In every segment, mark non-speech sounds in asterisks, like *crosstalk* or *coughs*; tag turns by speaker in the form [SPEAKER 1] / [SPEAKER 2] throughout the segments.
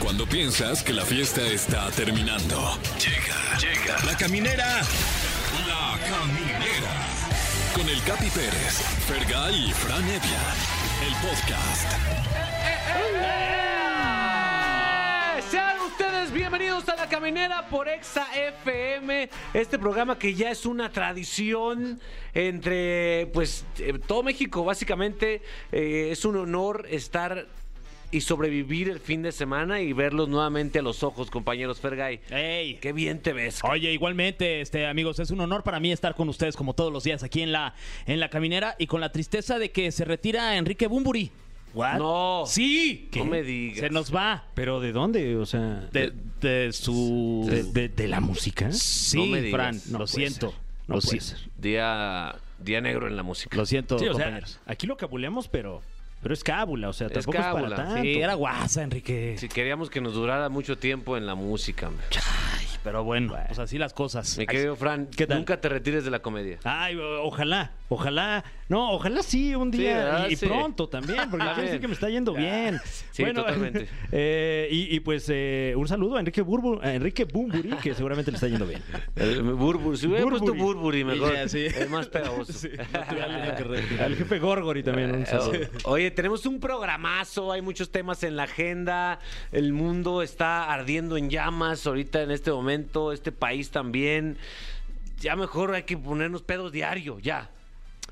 [SPEAKER 1] Cuando piensas que la fiesta está terminando. Llega, llega. La caminera. La caminera. Con el Capi Pérez, Fergal y Fran Evia. El podcast.
[SPEAKER 2] ¡Eh! Sean ustedes bienvenidos a La Caminera por Exa FM, este programa que ya es una tradición entre pues eh, todo México, básicamente eh, es un honor estar y sobrevivir el fin de semana y verlos nuevamente a los ojos, compañeros Fergay.
[SPEAKER 3] ¡Ey!
[SPEAKER 2] Qué bien te ves.
[SPEAKER 3] Oye, igualmente, este, amigos, es un honor para mí estar con ustedes como todos los días aquí en la, en la caminera y con la tristeza de que se retira Enrique Bumburi. ¿What?
[SPEAKER 2] No.
[SPEAKER 3] Sí.
[SPEAKER 2] No me digas.
[SPEAKER 3] Se nos va.
[SPEAKER 4] ¿Pero de dónde? O sea,
[SPEAKER 3] De, de su.
[SPEAKER 4] de, de- de la música.
[SPEAKER 3] sí,
[SPEAKER 2] No me digas.
[SPEAKER 3] Fran,
[SPEAKER 2] No
[SPEAKER 3] lo
[SPEAKER 2] puede
[SPEAKER 3] siento.
[SPEAKER 2] ser.
[SPEAKER 4] No
[SPEAKER 3] lo,
[SPEAKER 4] puede
[SPEAKER 3] si-
[SPEAKER 4] ser.
[SPEAKER 2] Día, día negro en la música.
[SPEAKER 3] lo siento,
[SPEAKER 4] Sí, o sea,
[SPEAKER 3] compañeros.
[SPEAKER 4] aquí lo cabuleamos, pero, pero es cábula, o sea,
[SPEAKER 2] Es
[SPEAKER 4] tampoco es,
[SPEAKER 2] cábula,
[SPEAKER 4] para tanto.
[SPEAKER 3] sí, era guasa, Enrique.
[SPEAKER 2] Si queríamos que nos durara mucho tiempo en la música. man.
[SPEAKER 3] pero bueno, pues así las cosas.
[SPEAKER 2] Mi querido Fran,
[SPEAKER 4] ¿Qué tal?
[SPEAKER 2] nunca te retires de la comedia.
[SPEAKER 4] Ay, o- ojalá, ojalá. No, ojalá sí, un día.
[SPEAKER 2] ¿verdad?
[SPEAKER 4] y y
[SPEAKER 2] Sí.
[SPEAKER 4] pronto también,
[SPEAKER 2] *laughs*
[SPEAKER 4] porque
[SPEAKER 2] También.
[SPEAKER 4] quiere decir que me está yendo bien.
[SPEAKER 2] Sí, totalmente.
[SPEAKER 4] *laughs* eh, y, y pues eh, un saludo a Enrique, Burbu, a Enrique Bumburi, que seguramente le está
[SPEAKER 2] *laughs*
[SPEAKER 4] yendo bien.
[SPEAKER 2] Eh, Burbur, si hubiera
[SPEAKER 4] Burburi.
[SPEAKER 2] puesto Burburi mejor,
[SPEAKER 3] Ya, *laughs*
[SPEAKER 2] *laughs*
[SPEAKER 3] sí.
[SPEAKER 2] es más
[SPEAKER 4] *laughs*
[SPEAKER 2] pegajoso. *laughs*
[SPEAKER 4] Al jefe Gorgori también. un saludo.
[SPEAKER 2] Eh, o- Oye, tenemos un programazo, hay muchos temas en la agenda, el mundo está ardiendo en llamas ahorita en este momento, este país también. Ya mejor hay que ponernos pedos diario, ya.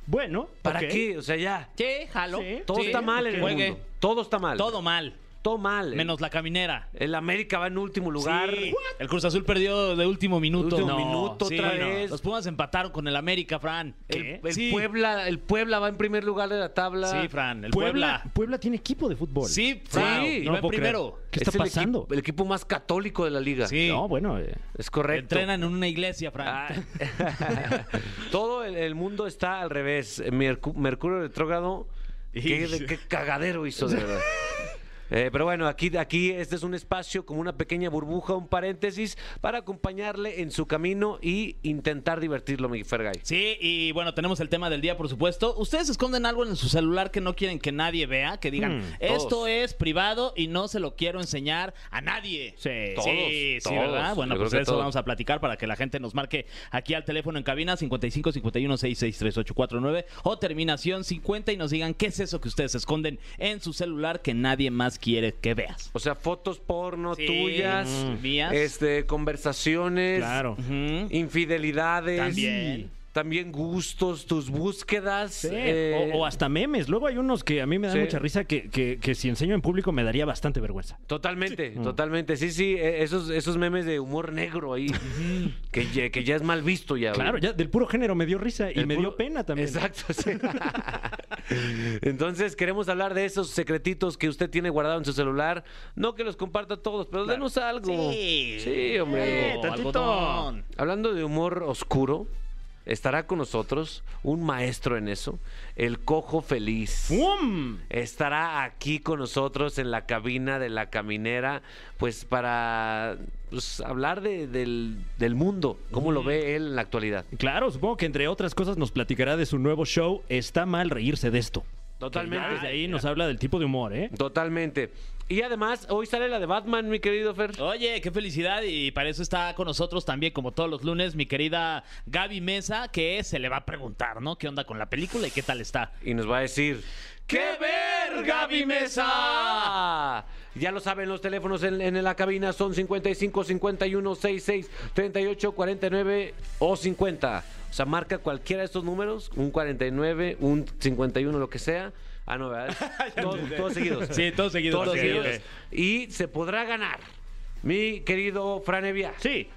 [SPEAKER 4] Bueno,
[SPEAKER 2] ¿Para
[SPEAKER 4] ok.
[SPEAKER 2] qué? O sea, ya.
[SPEAKER 3] Sí, jalo.
[SPEAKER 4] Sí,
[SPEAKER 2] Todo está mal en el
[SPEAKER 3] juegue.
[SPEAKER 2] mundo. Todo está mal.
[SPEAKER 3] Todo mal.
[SPEAKER 2] Todo mal.
[SPEAKER 3] Menos la caminera.
[SPEAKER 2] El América va en último lugar.
[SPEAKER 3] Sí, El Cruz Azul perdió de último minuto.
[SPEAKER 2] Último minuto otra vez.
[SPEAKER 3] Los Pumas empataron con el América, Fran.
[SPEAKER 2] El, el
[SPEAKER 3] Sí.
[SPEAKER 2] Puebla, el Puebla va en primer lugar de la tabla.
[SPEAKER 3] Sí, Fran, el
[SPEAKER 4] Puebla,
[SPEAKER 3] Puebla.
[SPEAKER 4] Puebla tiene equipo de fútbol.
[SPEAKER 3] Sí, Fran.
[SPEAKER 2] Sí.
[SPEAKER 3] iba
[SPEAKER 4] No lo puedo
[SPEAKER 3] primero.
[SPEAKER 4] creer. ¿Qué está
[SPEAKER 2] Es el
[SPEAKER 4] pasando?
[SPEAKER 2] equipo- el equipo más católico de la liga.
[SPEAKER 3] Sí.
[SPEAKER 4] No, bueno. eh,
[SPEAKER 2] Es correcto.
[SPEAKER 3] Entrenan en una iglesia, *laughs*
[SPEAKER 2] Ah,
[SPEAKER 3] Fran.
[SPEAKER 2] Todo el, el mundo está al revés. Mercu- Mercurio retrógrado, qué, de- qué cagadero hizo de
[SPEAKER 3] *laughs*
[SPEAKER 2] verdad. Eh, pero bueno, aquí, aquí este es un espacio como una pequeña burbuja, un paréntesis, para acompañarle en su camino y intentar divertirlo, mi Fergay.
[SPEAKER 3] Sí, y bueno, tenemos el tema del día, por supuesto. Ustedes esconden algo en su celular que no quieren que nadie vea, que digan,
[SPEAKER 4] Hmm,
[SPEAKER 3] esto
[SPEAKER 2] todos.
[SPEAKER 3] es privado y no se lo quiero enseñar a nadie.
[SPEAKER 4] Sí.
[SPEAKER 3] sí, sí,
[SPEAKER 2] Todos,
[SPEAKER 3] ¿verdad?
[SPEAKER 2] todos.
[SPEAKER 3] Bueno,
[SPEAKER 2] Yo creo
[SPEAKER 3] pues de
[SPEAKER 2] que
[SPEAKER 3] eso
[SPEAKER 2] todos.
[SPEAKER 3] vamos a platicar para que la gente nos marque aquí al teléfono en cabina 55 51 663849 o terminación 50 y nos digan qué es eso que ustedes esconden en su celular que nadie más quiere que veas.
[SPEAKER 2] O sea, fotos porno
[SPEAKER 3] Sí, mm,
[SPEAKER 2] tuyas,
[SPEAKER 3] mías.
[SPEAKER 2] este, conversaciones,
[SPEAKER 4] Claro.
[SPEAKER 3] Ujú.
[SPEAKER 2] infidelidades,
[SPEAKER 3] También.
[SPEAKER 2] también gustos, tus búsquedas.
[SPEAKER 4] Sí,
[SPEAKER 2] eh,
[SPEAKER 4] o, o hasta memes. Luego hay unos que a mí me dan
[SPEAKER 2] Sí.
[SPEAKER 4] mucha risa que, que- que si enseño en público me daría bastante vergüenza.
[SPEAKER 2] Totalmente, totalmente. Sí, sí, eh, esos, esos memes de humor negro ahí, que, ya- que ya es mal visto ya. güey.
[SPEAKER 4] Claro, ya del puro género me dio risa y
[SPEAKER 2] El
[SPEAKER 4] me
[SPEAKER 2] puro-
[SPEAKER 4] dio pena también. *laughs*
[SPEAKER 2] Exacto, sí. Entonces queremos hablar de esos secretitos que usted tiene guardado en su celular. No que los comparta todos, pero denos algo.
[SPEAKER 3] Sí.
[SPEAKER 2] Sí,
[SPEAKER 4] Eh,
[SPEAKER 2] Eh, hombre.
[SPEAKER 3] Algo,
[SPEAKER 4] tantito.
[SPEAKER 3] algodón.
[SPEAKER 2] Hablando de humor oscuro, estará con nosotros un maestro en eso, el cojo feliz.
[SPEAKER 4] Uh, ¡Fum!
[SPEAKER 2] estará aquí con nosotros en la cabina de la caminera, pues para pues, hablar de- del, del mundo, cómo lo ve él en la actualidad.
[SPEAKER 4] Claro, supongo que entre otras cosas nos platicará de su nuevo show. Está mal reírse de esto.
[SPEAKER 2] Totalmente.
[SPEAKER 4] Ya Desde ahí nos habla del tipo de humor, ¿eh?
[SPEAKER 2] Totalmente. Y además, hoy sale la de Batman, mi querido Fer.
[SPEAKER 3] Oye, qué felicidad y para eso está con nosotros también, como todos los lunes, mi querida Gaby Mesa, que se le va a preguntar, ¿no? ¿Qué onda con la película y qué tal está?
[SPEAKER 2] Y nos va a decir...
[SPEAKER 3] ¡Qué ver, Gaby Mesa!
[SPEAKER 2] Ya lo saben, los teléfonos en, en la cabina son 55 51 66 38 49 o 50. O sea, marca cualquiera de estos números, un 49, un 51, lo que sea. Ah, no,
[SPEAKER 3] *laughs*
[SPEAKER 2] ¿verdad? todos, todos seguidos.
[SPEAKER 3] Sí, todos seguidos,
[SPEAKER 2] Todos
[SPEAKER 3] todos
[SPEAKER 2] seguidos.
[SPEAKER 3] seguidos.
[SPEAKER 2] Y se podrá ganar, mi querido Franevia.
[SPEAKER 4] Sí.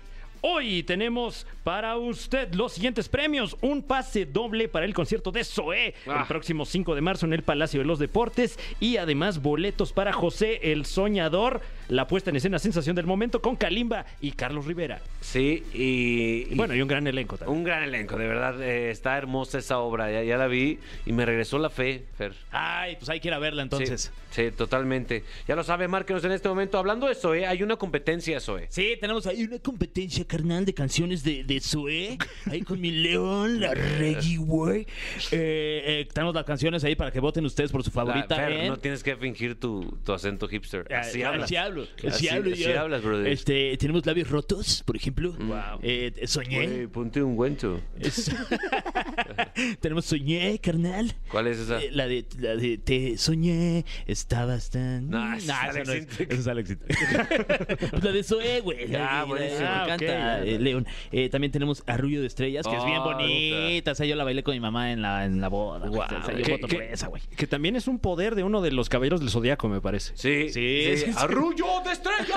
[SPEAKER 4] Hoy tenemos para usted los siguientes premios. Un pase doble para el concierto de Zoé
[SPEAKER 2] Ah.
[SPEAKER 4] el próximo 5 de marzo en el Palacio de los Deportes. Y además boletos para José el Soñador, la puesta en escena sensación del momento con Kalimba y Carlos Rivera.
[SPEAKER 2] Sí, y,
[SPEAKER 4] Y bueno, y un gran elenco también.
[SPEAKER 2] un gran elenco, de verdad. eh, está hermosa esa obra, ya, ya la vi y me regresó la fe, Fer.
[SPEAKER 3] Ay, pues hay que ir a verla entonces.
[SPEAKER 2] Sí, sí, totalmente. Ya lo sabe, márquenos en este momento. Hablando de Zoe, hay una competencia, Zoe.
[SPEAKER 3] Sí, tenemos ahí una competencia carnal, de canciones de, de Zoé. Ahí con mi León, la Reggie, güey. Eh, eh, tenemos las canciones ahí para que voten ustedes por su favorita. ¿eh?
[SPEAKER 2] Fer,
[SPEAKER 3] en-
[SPEAKER 2] no tienes que fingir tu, tu acento hipster.
[SPEAKER 3] Ah,
[SPEAKER 2] Así
[SPEAKER 3] ah,
[SPEAKER 2] hablas.
[SPEAKER 3] así hablo. Así
[SPEAKER 2] Así-
[SPEAKER 3] hablo
[SPEAKER 2] así
[SPEAKER 3] yo.
[SPEAKER 2] hablas, brother.
[SPEAKER 3] Este, tenemos labios rotos, por ejemplo.
[SPEAKER 4] Wow.
[SPEAKER 3] Eh, eh,
[SPEAKER 2] Güey,
[SPEAKER 3] soñé.
[SPEAKER 2] ponte un cuento. *laughs*
[SPEAKER 3] Es- tenemos soñé, carnal.
[SPEAKER 2] ¿Cuál es esa?
[SPEAKER 3] Eh, la, de, la de te soñé, estabas tan.
[SPEAKER 2] No, esa es
[SPEAKER 3] esa
[SPEAKER 2] Alex Intec.
[SPEAKER 3] esa es Alex
[SPEAKER 2] *laughs*
[SPEAKER 3] Intec. Pues la de Zoé, güey.
[SPEAKER 2] Ah,
[SPEAKER 3] La de-
[SPEAKER 2] buenísimo.
[SPEAKER 3] la que
[SPEAKER 4] Ah, ok.
[SPEAKER 3] canta, eh, León. Eh, también tenemos Arrullo de Estrellas, que es bien
[SPEAKER 2] Ah,
[SPEAKER 3] bonita. O sea, yo la bailé con mi mamá en la, en la boda. güey.
[SPEAKER 2] Guau,
[SPEAKER 3] O sea,
[SPEAKER 4] ¿qué-
[SPEAKER 3] yo voto por
[SPEAKER 4] qué-
[SPEAKER 3] esa, güey. *laughs*
[SPEAKER 4] Que también es un poder de uno de los caballeros del zodiaco, me parece.
[SPEAKER 2] Sí,
[SPEAKER 3] Sí, sí, sí.
[SPEAKER 2] ¡Arrullo de estrella!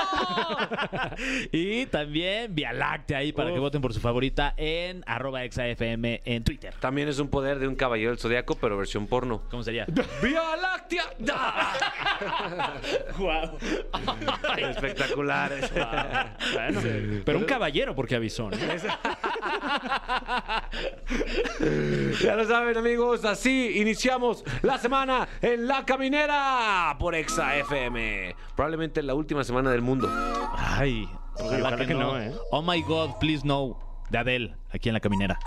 [SPEAKER 2] *laughs*
[SPEAKER 3] Y también Vía Láctea ahí para
[SPEAKER 4] Uf.
[SPEAKER 3] que voten por su favorita en arroba exafm en Twitter.
[SPEAKER 2] También es un poder de un caballero del zodiaco, pero versión porno.
[SPEAKER 3] ¿Cómo
[SPEAKER 2] *laughs*
[SPEAKER 3] sería?
[SPEAKER 2] ¡Vía Láctea! ¡Ah!
[SPEAKER 3] *laughs* Guau.
[SPEAKER 2] *laughs* Espectacular.
[SPEAKER 3] *laughs*
[SPEAKER 4] Bueno, pero un caballero porque avisó, ¿no?
[SPEAKER 2] *laughs* ya lo saben, amigos. Así iniciamos la semana en La Caminera por Exa FM. Probablemente la última semana del mundo.
[SPEAKER 3] Ay, ojalá,
[SPEAKER 4] ojalá
[SPEAKER 3] que,
[SPEAKER 4] que
[SPEAKER 3] no.
[SPEAKER 4] no, ¿eh?
[SPEAKER 3] Oh my God, please no. De Adele, aquí en la caminera.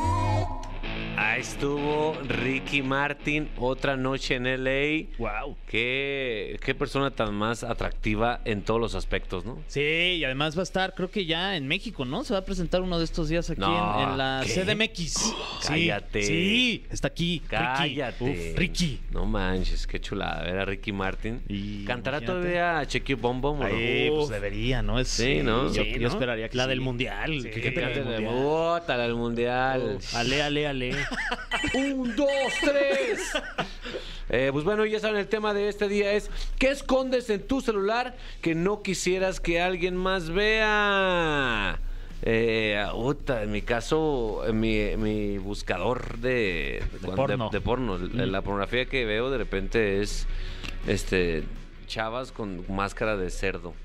[SPEAKER 2] Ahí estuvo Ricky Martin otra noche en LA.
[SPEAKER 3] Wow.
[SPEAKER 2] Qué, qué persona tan más atractiva en todos los aspectos, ¿no?
[SPEAKER 3] Sí, y además va a estar, creo que ya en México, ¿no? Se va a presentar uno de estos días aquí
[SPEAKER 2] No,
[SPEAKER 3] en, en la
[SPEAKER 2] ¿qué?
[SPEAKER 3] CDMX. Sí, *gasps*
[SPEAKER 2] Cállate.
[SPEAKER 3] Sí, está aquí. Ricky.
[SPEAKER 2] Cállate.
[SPEAKER 3] Uf, Ricky.
[SPEAKER 2] No manches, qué chulada. Ver a Ricky Martin.
[SPEAKER 3] Y-
[SPEAKER 2] ¿Cantará
[SPEAKER 3] imagínate.
[SPEAKER 2] todavía Check You Bomb Bomb? o no?
[SPEAKER 3] Ahí, pues
[SPEAKER 2] Uf,
[SPEAKER 3] debería, ¿no? Es,
[SPEAKER 2] Sí, ¿no?
[SPEAKER 3] Yo,
[SPEAKER 2] Sí,
[SPEAKER 3] yo
[SPEAKER 4] ¿no?
[SPEAKER 3] esperaría que
[SPEAKER 4] La
[SPEAKER 3] sí.
[SPEAKER 4] del mundial.
[SPEAKER 3] Sí.
[SPEAKER 4] que
[SPEAKER 2] que
[SPEAKER 4] cante la
[SPEAKER 2] cante
[SPEAKER 4] del
[SPEAKER 2] la
[SPEAKER 4] mundial.
[SPEAKER 2] bota, la del mundial.
[SPEAKER 4] Ale, ale,
[SPEAKER 3] *laughs*
[SPEAKER 4] ale.
[SPEAKER 2] Un, dos, tres. Eh, pues bueno, ya saben, el tema de este día es ¿Qué escondes en tu celular que no quisieras que alguien más vea? Eh, puta, en mi caso, mi, mi buscador de,
[SPEAKER 3] De porno.
[SPEAKER 2] de porno, la, la pornografía que veo de repente es este chavas con máscara de cerdo.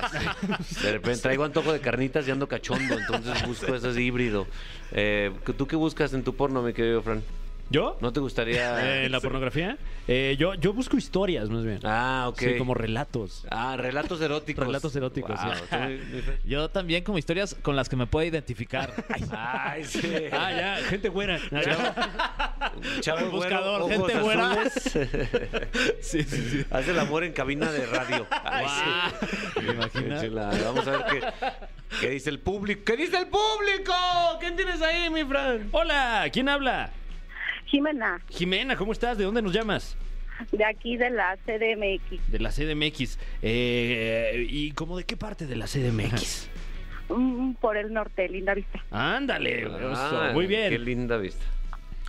[SPEAKER 2] Así. De repente traigo antojo de carnitas y ando cachondo, entonces busco ese híbrido. Eh, ¿Tú qué buscas en tu porno, mi querido Fran?
[SPEAKER 4] ¿Yo?
[SPEAKER 2] ¿No te gustaría...?
[SPEAKER 4] *laughs*
[SPEAKER 2] este?
[SPEAKER 4] Eh, ¿La pornografía? Eh, yo, yo busco historias, más bien.
[SPEAKER 2] Ah, ok.
[SPEAKER 4] Sí, como relatos.
[SPEAKER 2] Ah, relatos eróticos.
[SPEAKER 4] Relatos eróticos,
[SPEAKER 2] Wow,
[SPEAKER 4] sí.
[SPEAKER 2] ¿tú, mi
[SPEAKER 3] *laughs*
[SPEAKER 2] Fran?
[SPEAKER 3] Yo también como historias con las que me puedo
[SPEAKER 4] *laughs*
[SPEAKER 3] identificar. Ay,
[SPEAKER 2] Ay, sí.
[SPEAKER 4] Ah, ya, gente buena.
[SPEAKER 2] Chavo güero,
[SPEAKER 3] Un buscador,
[SPEAKER 2] ojos
[SPEAKER 3] gente güera.
[SPEAKER 2] azules. *laughs*
[SPEAKER 3] sí, sí, sí.
[SPEAKER 2] Hace el amor en cabina de radio. Ay, sí.
[SPEAKER 3] ¿Te imaginas?
[SPEAKER 2] Qué chulada. Vamos a ver qué, qué dice el público. ¿Qué dice el público? ¿Quién tienes ahí, mi Fran?
[SPEAKER 4] Hola, ¿quién habla?
[SPEAKER 5] Jimena,
[SPEAKER 4] Jimena, ¿cómo estás? ¿De dónde nos llamas?
[SPEAKER 5] de aquí de la CDMX.
[SPEAKER 4] De la CDMX. Eh, ¿Y cómo de qué parte de la CDMX?
[SPEAKER 5] Mm, por el norte, linda vista.
[SPEAKER 4] Ándale, eso,
[SPEAKER 2] Ah,
[SPEAKER 4] muy
[SPEAKER 2] Qué
[SPEAKER 4] bien.
[SPEAKER 2] linda vista.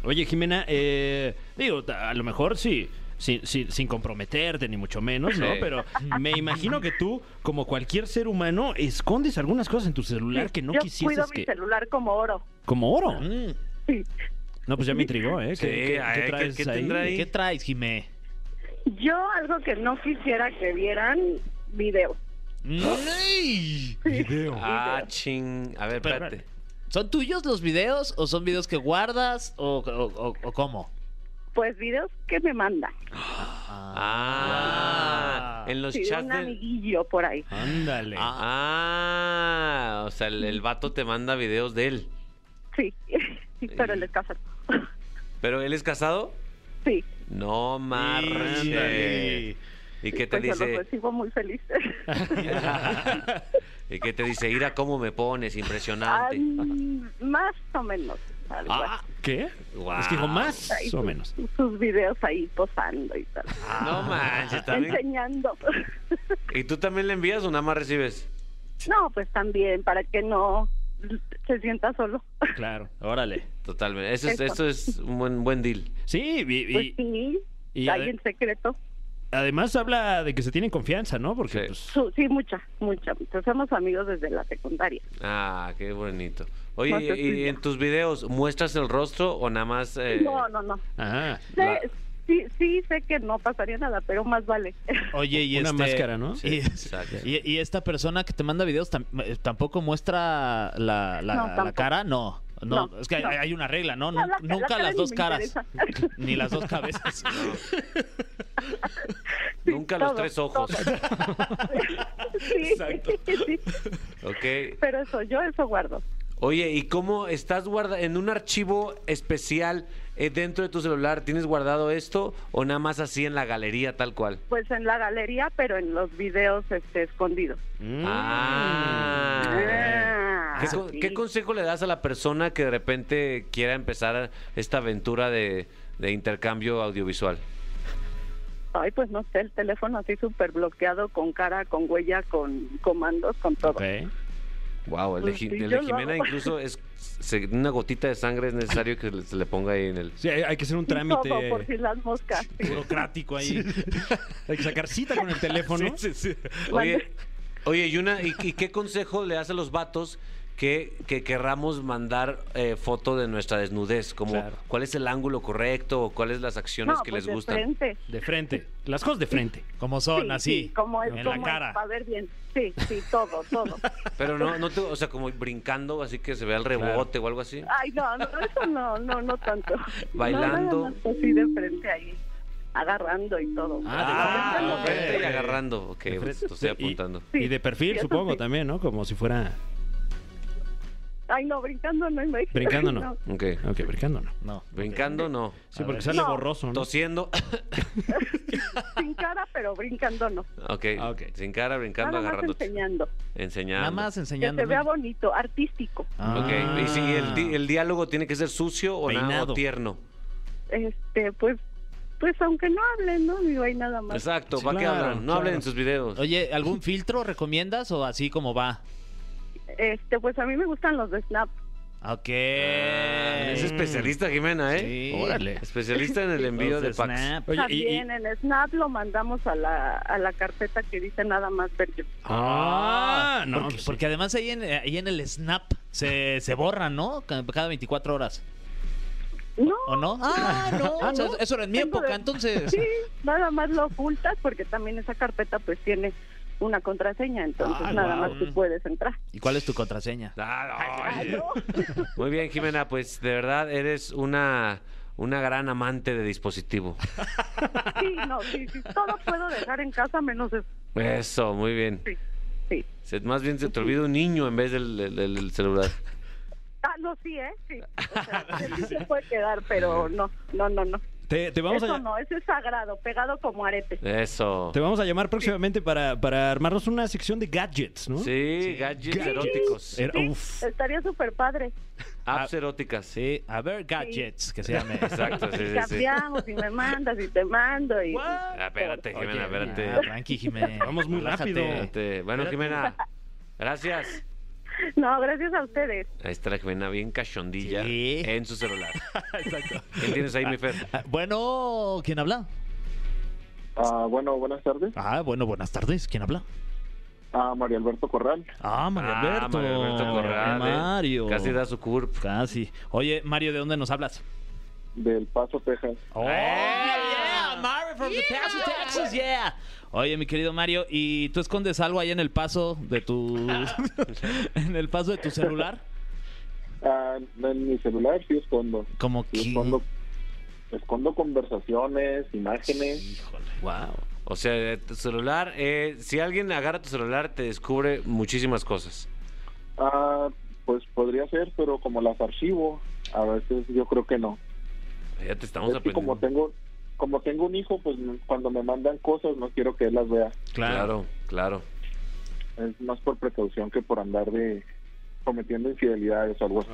[SPEAKER 4] Oye, Jimena, eh, digo, ta- a lo mejor sí, sí- sí- sin comprometerte, ni mucho menos, ¿no?
[SPEAKER 2] Sí.
[SPEAKER 4] Pero me imagino que tú, como cualquier ser humano, escondes algunas cosas en tu celular que no
[SPEAKER 5] Yo cuido
[SPEAKER 4] quisieras
[SPEAKER 5] mi
[SPEAKER 4] que...
[SPEAKER 5] celular como oro.
[SPEAKER 4] Como oro.
[SPEAKER 3] Mm.
[SPEAKER 5] Sí.
[SPEAKER 4] No, pues ya me intrigó, ¿eh?
[SPEAKER 2] Sí, ay, ¿qué- qué tendrá ahí?
[SPEAKER 3] ¿Qué traes, Jimé?
[SPEAKER 5] Yo algo que no quisiera que vieran, videos.
[SPEAKER 3] Mm.
[SPEAKER 4] *gasps*
[SPEAKER 3] Ay.
[SPEAKER 2] Ah, ching. A ver,
[SPEAKER 4] Pero,
[SPEAKER 2] espérate.
[SPEAKER 3] ¿Son tuyos los videos o son videos que guardas o, o- o- o cómo?
[SPEAKER 5] Pues videos que me mandan.
[SPEAKER 2] Ah, en los
[SPEAKER 5] Sí, de
[SPEAKER 2] chats
[SPEAKER 5] un
[SPEAKER 2] de...
[SPEAKER 5] amiguillo por ahí.
[SPEAKER 4] Ándale.
[SPEAKER 2] Ah, o sea, el, el vato te manda videos de él.
[SPEAKER 5] Sí. *laughs* Sí, Pero él es casado.
[SPEAKER 2] ¿Pero él es casado?
[SPEAKER 5] *laughs* Sí.
[SPEAKER 2] No marches.
[SPEAKER 4] Ándale.
[SPEAKER 2] ¿Y qué te
[SPEAKER 5] Pues Yo los
[SPEAKER 2] dice?
[SPEAKER 5] recibo muy
[SPEAKER 2] *laughs*
[SPEAKER 5] feliz.
[SPEAKER 2] ¿Y qué te dice? Ira, ¿cómo me pones? Impresionante.
[SPEAKER 5] *laughs* más o menos. algo
[SPEAKER 4] Ah, ¿Qué?
[SPEAKER 2] Guau.
[SPEAKER 4] Es que dijo más
[SPEAKER 5] así. Ahí
[SPEAKER 4] o
[SPEAKER 5] sus-
[SPEAKER 4] menos.
[SPEAKER 5] Sus videos ahí posando y tal.
[SPEAKER 2] No manches, también.
[SPEAKER 5] Enseñando. *laughs*
[SPEAKER 2] ¿Y tú también le envías o nada más recibes?
[SPEAKER 5] No, pues también, para que no se sienta solo.
[SPEAKER 4] Claro, órale.
[SPEAKER 2] Totalmente. Eso es,
[SPEAKER 5] Eso.
[SPEAKER 2] esto es un buen, buen deal.
[SPEAKER 4] Sí, y- y-
[SPEAKER 5] *laughs* Pues sí,
[SPEAKER 4] y
[SPEAKER 5] hay
[SPEAKER 4] ade-
[SPEAKER 5] en secreto.
[SPEAKER 4] además habla de que se tienen confianza, ¿no? Porque
[SPEAKER 2] Sí.
[SPEAKER 4] pues,
[SPEAKER 5] Su- Sí, mucha, mucha, mucha. Somos amigos desde la secundaria.
[SPEAKER 2] Ah, qué bonito. Oye,
[SPEAKER 5] No, eso
[SPEAKER 2] ¿y- ¿y
[SPEAKER 5] sí,
[SPEAKER 2] en
[SPEAKER 5] ya.
[SPEAKER 2] tus videos muestras el rostro o nada más? eh,
[SPEAKER 5] No, no, no.
[SPEAKER 4] ajá,
[SPEAKER 5] Sé-
[SPEAKER 2] la-
[SPEAKER 5] sí, sí, sé que no pasaría nada, pero más vale.
[SPEAKER 3] Oye, y
[SPEAKER 4] Una
[SPEAKER 3] este-
[SPEAKER 4] máscara, ¿no?
[SPEAKER 2] Sí,
[SPEAKER 3] y-
[SPEAKER 2] exacto.
[SPEAKER 3] y, y esta persona que te manda videos tam- eh, tampoco muestra la, la-
[SPEAKER 5] No,
[SPEAKER 3] la
[SPEAKER 5] tampoco.
[SPEAKER 3] cara, no. No,
[SPEAKER 5] No,
[SPEAKER 3] es que hay-
[SPEAKER 5] no.
[SPEAKER 3] hay una regla, ¿no?
[SPEAKER 5] No,
[SPEAKER 3] Nun-
[SPEAKER 5] la- *laughs* la
[SPEAKER 3] Nunca
[SPEAKER 5] cara
[SPEAKER 3] las
[SPEAKER 5] ni
[SPEAKER 3] dos
[SPEAKER 5] me
[SPEAKER 3] caras,
[SPEAKER 5] interesa.
[SPEAKER 3] *laughs* ni las dos
[SPEAKER 2] *laughs*
[SPEAKER 3] cabezas.
[SPEAKER 5] Sí,
[SPEAKER 2] Nunca los
[SPEAKER 5] todo,
[SPEAKER 2] tres ojos.
[SPEAKER 5] todo. *laughs* sí,
[SPEAKER 3] Exacto.
[SPEAKER 5] sí.
[SPEAKER 2] Ok.
[SPEAKER 5] Pero eso, yo eso guardo.
[SPEAKER 2] Oye, ¿y cómo estás guarda en un archivo especial eh, dentro de tu celular? ¿Tienes guardado esto o nada más así en la galería tal cual?
[SPEAKER 5] Pues en la galería, pero en los videos este, escondidos.
[SPEAKER 2] Ah.
[SPEAKER 5] Ah,
[SPEAKER 2] ¿Qué, co-
[SPEAKER 5] sí.
[SPEAKER 2] qué consejo le das a la persona que de repente quiera empezar esta aventura de, de intercambio audiovisual?
[SPEAKER 5] Ay, pues no sé, el teléfono así súper bloqueado, con cara, con huella, con comandos, con todo.
[SPEAKER 2] Wow, el de,
[SPEAKER 5] Pues
[SPEAKER 2] Ji-
[SPEAKER 5] sí,
[SPEAKER 2] el
[SPEAKER 5] yo
[SPEAKER 2] de
[SPEAKER 5] lo
[SPEAKER 2] Jimena
[SPEAKER 5] hago.
[SPEAKER 2] incluso es se- una gotita de sangre es necesario que le- se le ponga ahí en el.
[SPEAKER 4] Sí, hay, hay que hacer un
[SPEAKER 5] Y *laughs* todo,
[SPEAKER 4] trámite
[SPEAKER 5] por si las moscas.
[SPEAKER 4] burocrático ahí. *laughs* Hay que sacar cita con el teléfono.
[SPEAKER 2] *laughs* Oye, oye, y una, y, y qué consejo le das a los vatos que, que querramos mandar eh, foto de nuestra desnudez? Como
[SPEAKER 6] Claro.
[SPEAKER 2] cuál es el ángulo correcto o cuáles las acciones que
[SPEAKER 5] pues
[SPEAKER 2] les
[SPEAKER 5] de
[SPEAKER 2] gustan.
[SPEAKER 5] frente.
[SPEAKER 6] De frente. Las cosas de frente.
[SPEAKER 4] Como son,
[SPEAKER 5] Sí,
[SPEAKER 4] así.
[SPEAKER 5] sí, como es,
[SPEAKER 4] en
[SPEAKER 5] como
[SPEAKER 4] la cara.
[SPEAKER 5] para ver bien. Sí, sí, todo,
[SPEAKER 4] *laughs*
[SPEAKER 5] todo.
[SPEAKER 2] Pero no, no te, o sea, como brincando, así que se vea el rebote o algo
[SPEAKER 4] Ah,
[SPEAKER 2] así.
[SPEAKER 5] Ay, no, no, eso no, no, no tanto.
[SPEAKER 2] Bailando.
[SPEAKER 5] No, nada más así de frente ahí, agarrando y todo.
[SPEAKER 4] Ah,
[SPEAKER 2] Ah,
[SPEAKER 4] de frente,
[SPEAKER 2] frente y
[SPEAKER 4] ok.
[SPEAKER 2] agarrando. Ok,
[SPEAKER 4] De frente.
[SPEAKER 2] esto estoy
[SPEAKER 4] Sí, y-
[SPEAKER 2] apuntando.
[SPEAKER 5] Sí,
[SPEAKER 4] y de perfil,
[SPEAKER 5] sí, eso
[SPEAKER 4] supongo,
[SPEAKER 5] sí.
[SPEAKER 4] también, ¿no? Como si fuera...
[SPEAKER 5] Ay, no, brincando *laughs* no imagino.
[SPEAKER 4] Brincando no.
[SPEAKER 2] Ok.
[SPEAKER 4] Ok, brincando, no. No.
[SPEAKER 2] Brincando, no.
[SPEAKER 4] Sí, porque sale
[SPEAKER 5] No.
[SPEAKER 4] borroso, ¿no?
[SPEAKER 2] Tosiendo. *laughs*
[SPEAKER 5] Sin cara, pero brincando no.
[SPEAKER 2] Ok.
[SPEAKER 4] Ah, ok.
[SPEAKER 2] Sin cara, brincando,
[SPEAKER 5] Nada más
[SPEAKER 2] agarrando.
[SPEAKER 5] enseñando.
[SPEAKER 2] Enseñando.
[SPEAKER 3] Nada más Ah.
[SPEAKER 5] Que
[SPEAKER 3] enseñando.
[SPEAKER 5] se vea bonito, artístico.
[SPEAKER 2] Ok. ¿Y si el, di- el diálogo tiene que ser sucio o, nada, o
[SPEAKER 3] Peinado.
[SPEAKER 2] tierno?
[SPEAKER 5] Este, pues, pues aunque no hablen, ¿no? Digo, hay nada más.
[SPEAKER 2] Exacto,
[SPEAKER 4] Sí,
[SPEAKER 2] ¿para qué
[SPEAKER 4] claro,
[SPEAKER 2] hablan? No
[SPEAKER 4] claro.
[SPEAKER 2] hablen en sus videos.
[SPEAKER 3] Oye, ¿algún filtro recomiendas o así como va?
[SPEAKER 5] Este, pues a mí me gustan los de Snap.
[SPEAKER 3] Ok.
[SPEAKER 2] Ah, Es especialista, Jimena, ¿eh?
[SPEAKER 3] Sí.
[SPEAKER 4] Órale.
[SPEAKER 2] Especialista en el envío de packs.
[SPEAKER 3] Snap.
[SPEAKER 4] Oye, y- y-
[SPEAKER 5] También en Snap lo mandamos a la, a la carpeta que dice nada más ver yo.
[SPEAKER 4] Ah, no.
[SPEAKER 3] porque,
[SPEAKER 4] pues sí.
[SPEAKER 3] porque además ahí en, ahí en el Snap se, se borra, ¿no? Ca- Cada 24 horas.
[SPEAKER 5] No,
[SPEAKER 3] ¿O no? *laughs* Ah, no.
[SPEAKER 5] Ah,
[SPEAKER 3] o sea,
[SPEAKER 5] ¿no?
[SPEAKER 3] Eso era en mi
[SPEAKER 5] Tengo
[SPEAKER 3] época,
[SPEAKER 5] de-
[SPEAKER 3] entonces.
[SPEAKER 5] sí, nada más lo ocultas porque también esa carpeta pues tiene una contraseña, entonces
[SPEAKER 4] Ah,
[SPEAKER 5] nada
[SPEAKER 4] guau.
[SPEAKER 5] más tú puedes entrar.
[SPEAKER 3] ¿Y cuál es tu contraseña?
[SPEAKER 2] Ah, no,
[SPEAKER 5] Ay,
[SPEAKER 2] oye.
[SPEAKER 5] no.
[SPEAKER 2] Muy bien, Jimena, pues de verdad eres una, una gran amante de dispositivo.
[SPEAKER 5] Sí, no, sí, sí, todo puedo dejar en casa menos eso.
[SPEAKER 3] Pues.
[SPEAKER 2] Eso, muy bien.
[SPEAKER 5] Sí, sí.
[SPEAKER 2] Se- Más bien se te olvida un niño en vez del, del- del celular.
[SPEAKER 5] Ah, no, sí, ¿eh? Sí. O sea,
[SPEAKER 3] *laughs*
[SPEAKER 5] sí se puede quedar, pero no, no, no, no.
[SPEAKER 4] Te, te vamos
[SPEAKER 5] eso
[SPEAKER 4] a...
[SPEAKER 5] no, eso es sagrado, pegado como arete.
[SPEAKER 2] Eso.
[SPEAKER 4] Te vamos a llamar próximamente para, para armarnos una sección de gadgets, ¿no?
[SPEAKER 2] Sí, gadgets
[SPEAKER 4] Gadgets.
[SPEAKER 2] eróticos.
[SPEAKER 4] Era-
[SPEAKER 5] Sí,
[SPEAKER 4] uf.
[SPEAKER 5] estaría súper padre.
[SPEAKER 2] Apps eróticas.
[SPEAKER 3] Sí, a ver, gadgets, que se
[SPEAKER 4] *laughs*
[SPEAKER 3] llame.
[SPEAKER 2] Exacto, sí,
[SPEAKER 5] Y
[SPEAKER 2] sí, sí.
[SPEAKER 5] cambiamos y me mandas y te mando y...
[SPEAKER 2] Ah, Espérate, Jimena,
[SPEAKER 3] Oye,
[SPEAKER 2] espérate.
[SPEAKER 3] ya, Ah, tranqui, Jimena.
[SPEAKER 4] Vamos muy
[SPEAKER 3] Relájate.
[SPEAKER 4] rápido.
[SPEAKER 3] *laughs*
[SPEAKER 2] Espérate. Bueno, Jimena, gracias.
[SPEAKER 5] No, gracias a ustedes.
[SPEAKER 2] Ahí está la Jimena bien cachondilla
[SPEAKER 3] Sí.
[SPEAKER 2] en su celular. Exacto. ¿Quién tienes ahí, mi Fer?
[SPEAKER 3] *laughs* Ah, Bueno, ¿quién habla?
[SPEAKER 7] Ah, bueno, buenas tardes.
[SPEAKER 3] Ah, bueno, buenas tardes. ¿Quién habla?
[SPEAKER 7] Ah, María Alberto Corral.
[SPEAKER 3] Ah, Mario
[SPEAKER 2] Ah,
[SPEAKER 3] Alberto.
[SPEAKER 2] Mario Alberto Corral, eh.
[SPEAKER 3] Mario.
[SPEAKER 2] Casi da su curp.
[SPEAKER 3] Casi. Oye, Mario, ¿de dónde nos hablas?
[SPEAKER 7] Del Paso, Texas.
[SPEAKER 3] Oh, yeah, Mario from the Paso, Texas, yeah. Oye, mi querido Mario, ¿y tú escondes algo ahí en el paso de *laughs* tu en el paso de tu celular?
[SPEAKER 7] Ah, en mi celular sí escondo.
[SPEAKER 3] Como
[SPEAKER 7] Sí
[SPEAKER 3] que
[SPEAKER 7] escondo, escondo conversaciones, imágenes.
[SPEAKER 3] wow.
[SPEAKER 2] O sea, de tu celular, eh, si alguien agarra tu celular, te descubre muchísimas cosas.
[SPEAKER 7] Ah, pues podría ser, pero como las archivo, a veces yo creo que no.
[SPEAKER 2] Ya te estamos
[SPEAKER 7] Es que como
[SPEAKER 2] aprendiendo.
[SPEAKER 7] tengo como tengo un hijo, pues cuando me mandan cosas no quiero que él las vea.
[SPEAKER 2] Claro, claro.
[SPEAKER 7] Es más por precaución que por andar de cometiendo infidelidades o algo así.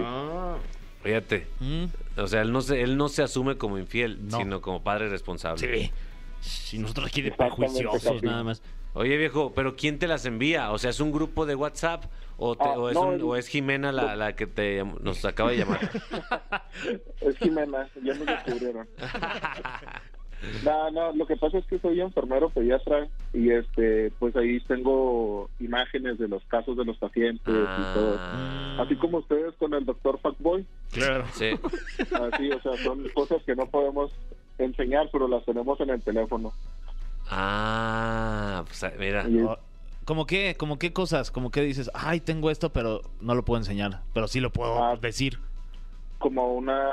[SPEAKER 2] Fíjate.
[SPEAKER 3] Mm,
[SPEAKER 2] O sea, él no se, él no se asume como infiel,
[SPEAKER 3] No.
[SPEAKER 2] sino como padre responsable.
[SPEAKER 4] Sí. Si nosotros aquí de
[SPEAKER 7] Exactamente,
[SPEAKER 4] prejuiciosos,
[SPEAKER 7] papi.
[SPEAKER 4] nada más.
[SPEAKER 2] Oye, viejo, pero ¿quién te las envía? O sea, ¿es un grupo de WhatsApp o, te-
[SPEAKER 7] Ah,
[SPEAKER 2] o, es,
[SPEAKER 7] no,
[SPEAKER 2] un-
[SPEAKER 7] el-
[SPEAKER 2] o es Jimena la, la que te llam- nos acaba de
[SPEAKER 3] *laughs*
[SPEAKER 2] llamar?
[SPEAKER 7] Es Jimena, ya
[SPEAKER 2] *laughs*
[SPEAKER 7] me descubrieron. No, no, lo que pasa es que soy enfermero pediatra y este, pues ahí tengo imágenes de los casos de los pacientes y todo.
[SPEAKER 2] Ah,
[SPEAKER 7] Así como ustedes con el doctor Fuckboy,
[SPEAKER 4] Claro.
[SPEAKER 2] sí.
[SPEAKER 7] así, o sea, son cosas que no podemos enseñar, pero las tenemos en el teléfono.
[SPEAKER 2] Ah, pues ah, mira.
[SPEAKER 7] Y es-
[SPEAKER 3] oh, ¿Cómo qué? ¿Cómo qué cosas? ¿Cómo qué dices? Ay, tengo esto, pero no lo puedo enseñar, pero sí lo puedo
[SPEAKER 7] Ah.
[SPEAKER 3] decir.
[SPEAKER 7] como una,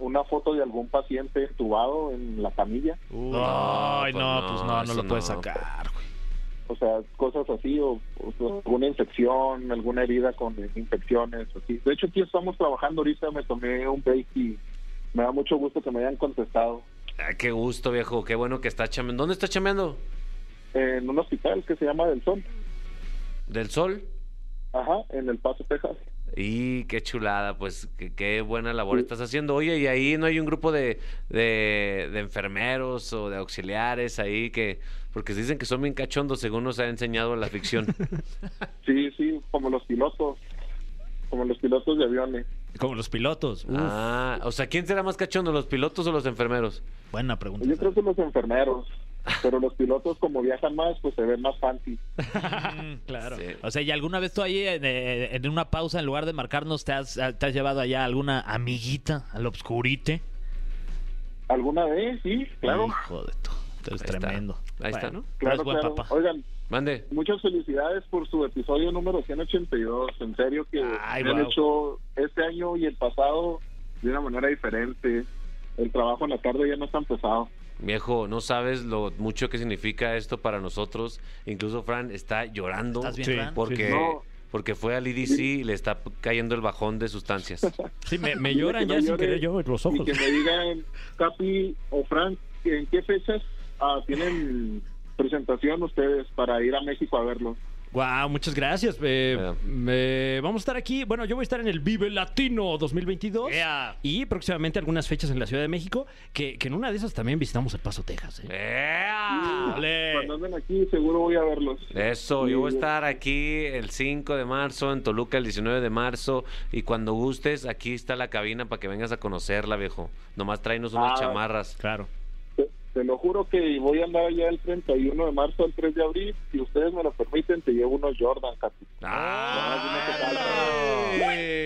[SPEAKER 7] una foto de algún paciente entubado en la camilla.
[SPEAKER 3] Ay,
[SPEAKER 2] pues
[SPEAKER 3] no,
[SPEAKER 2] no,
[SPEAKER 3] pues no, no
[SPEAKER 2] eso
[SPEAKER 3] lo puedes
[SPEAKER 2] no.
[SPEAKER 3] sacar, güey.
[SPEAKER 7] o sea, cosas así, o, o alguna infección, alguna herida con infecciones, así. De hecho, aquí estamos trabajando ahorita, me tomé un break y me da mucho gusto que me hayan contestado
[SPEAKER 2] Ah, qué gusto, viejo. Qué bueno que estás chameando. ¿Dónde estás chameando?
[SPEAKER 7] en un hospital que se llama Del Sol,
[SPEAKER 2] ¿Del sol?
[SPEAKER 7] ajá, en El Paso, Texas.
[SPEAKER 2] Y qué chulada, pues qué, qué buena labor estás haciendo. Oye, y ahí no hay un grupo de, de, de enfermeros o de auxiliares ahí que. Porque dicen que son bien cachondos, según nos ha enseñado la ficción.
[SPEAKER 7] Sí, sí, como los pilotos, como los pilotos de aviones.
[SPEAKER 4] Como los pilotos. Uf,
[SPEAKER 2] ah, o sea, ¿quién será más cachondo, los pilotos o los enfermeros?
[SPEAKER 4] buena pregunta.
[SPEAKER 7] Yo creo que los enfermeros, pero los pilotos como viajan más, pues se ven más fancy.
[SPEAKER 4] Mm, claro.
[SPEAKER 2] Sí.
[SPEAKER 3] O sea, ¿y alguna vez tú ahí en, eh, en una pausa, en lugar de marcarnos, te has, te has llevado allá alguna amiguita al obscurite?
[SPEAKER 7] ¿Alguna vez? Sí, claro.
[SPEAKER 3] Hijo de tu- esto es
[SPEAKER 2] Ahí está.
[SPEAKER 3] Pues, tremendo.
[SPEAKER 2] Ahí está,
[SPEAKER 3] Bueno,
[SPEAKER 2] ¿no?
[SPEAKER 3] pero
[SPEAKER 7] Claro,
[SPEAKER 3] es buen
[SPEAKER 7] claro.
[SPEAKER 3] papá.
[SPEAKER 7] Oigan,
[SPEAKER 2] Mande.
[SPEAKER 7] muchas felicidades por su episodio número 182. En serio que
[SPEAKER 3] Ay,
[SPEAKER 7] me han
[SPEAKER 3] guau.
[SPEAKER 7] hecho este año y el pasado de una manera diferente. El trabajo en la tarde ya no es tan pesado.
[SPEAKER 2] Viejo, no sabes lo mucho que significa esto para nosotros. Incluso Fran está llorando
[SPEAKER 3] ¿Estás bien,
[SPEAKER 4] Sí.
[SPEAKER 3] Fran?
[SPEAKER 2] porque,
[SPEAKER 7] No.
[SPEAKER 2] porque fue al IDC y le está cayendo el bajón de sustancias.
[SPEAKER 4] Sí, me,
[SPEAKER 7] *laughs*
[SPEAKER 4] me lloran
[SPEAKER 7] Dile
[SPEAKER 4] ya
[SPEAKER 7] que no
[SPEAKER 4] sin
[SPEAKER 7] llore
[SPEAKER 4] querer yo los
[SPEAKER 7] Y
[SPEAKER 4] ojos.
[SPEAKER 7] que me digan, Capi o Frank, ¿en qué fechas ah, tienen presentación ustedes para ir a México a verlos?
[SPEAKER 4] Wow, muchas gracias. Eh,
[SPEAKER 2] Ya.
[SPEAKER 4] eh, vamos a estar aquí. Bueno, yo voy a estar en el Vive Latino 2022
[SPEAKER 2] Eh.
[SPEAKER 3] Yeah.
[SPEAKER 4] y próximamente algunas fechas en la Ciudad de México. Que, que en una de esas también visitamos El Paso, Texas. ¿eh?
[SPEAKER 2] ¡Ea!
[SPEAKER 7] Cuando anden aquí, seguro voy a verlos.
[SPEAKER 2] Eso, yo voy a
[SPEAKER 7] Sí.
[SPEAKER 2] estar aquí el 5 de marzo, en Toluca el 19 de marzo, y cuando gustes, aquí está la cabina para que vengas a conocerla, viejo. Nomás tráenos unas
[SPEAKER 7] Ah.
[SPEAKER 2] chamarras.
[SPEAKER 4] Claro.
[SPEAKER 7] Te, te lo juro que voy a andar allá el 31 de marzo al 3 de abril. Si ustedes me lo permiten, te llevo unos Jordan, Capi.
[SPEAKER 2] ¡Ah!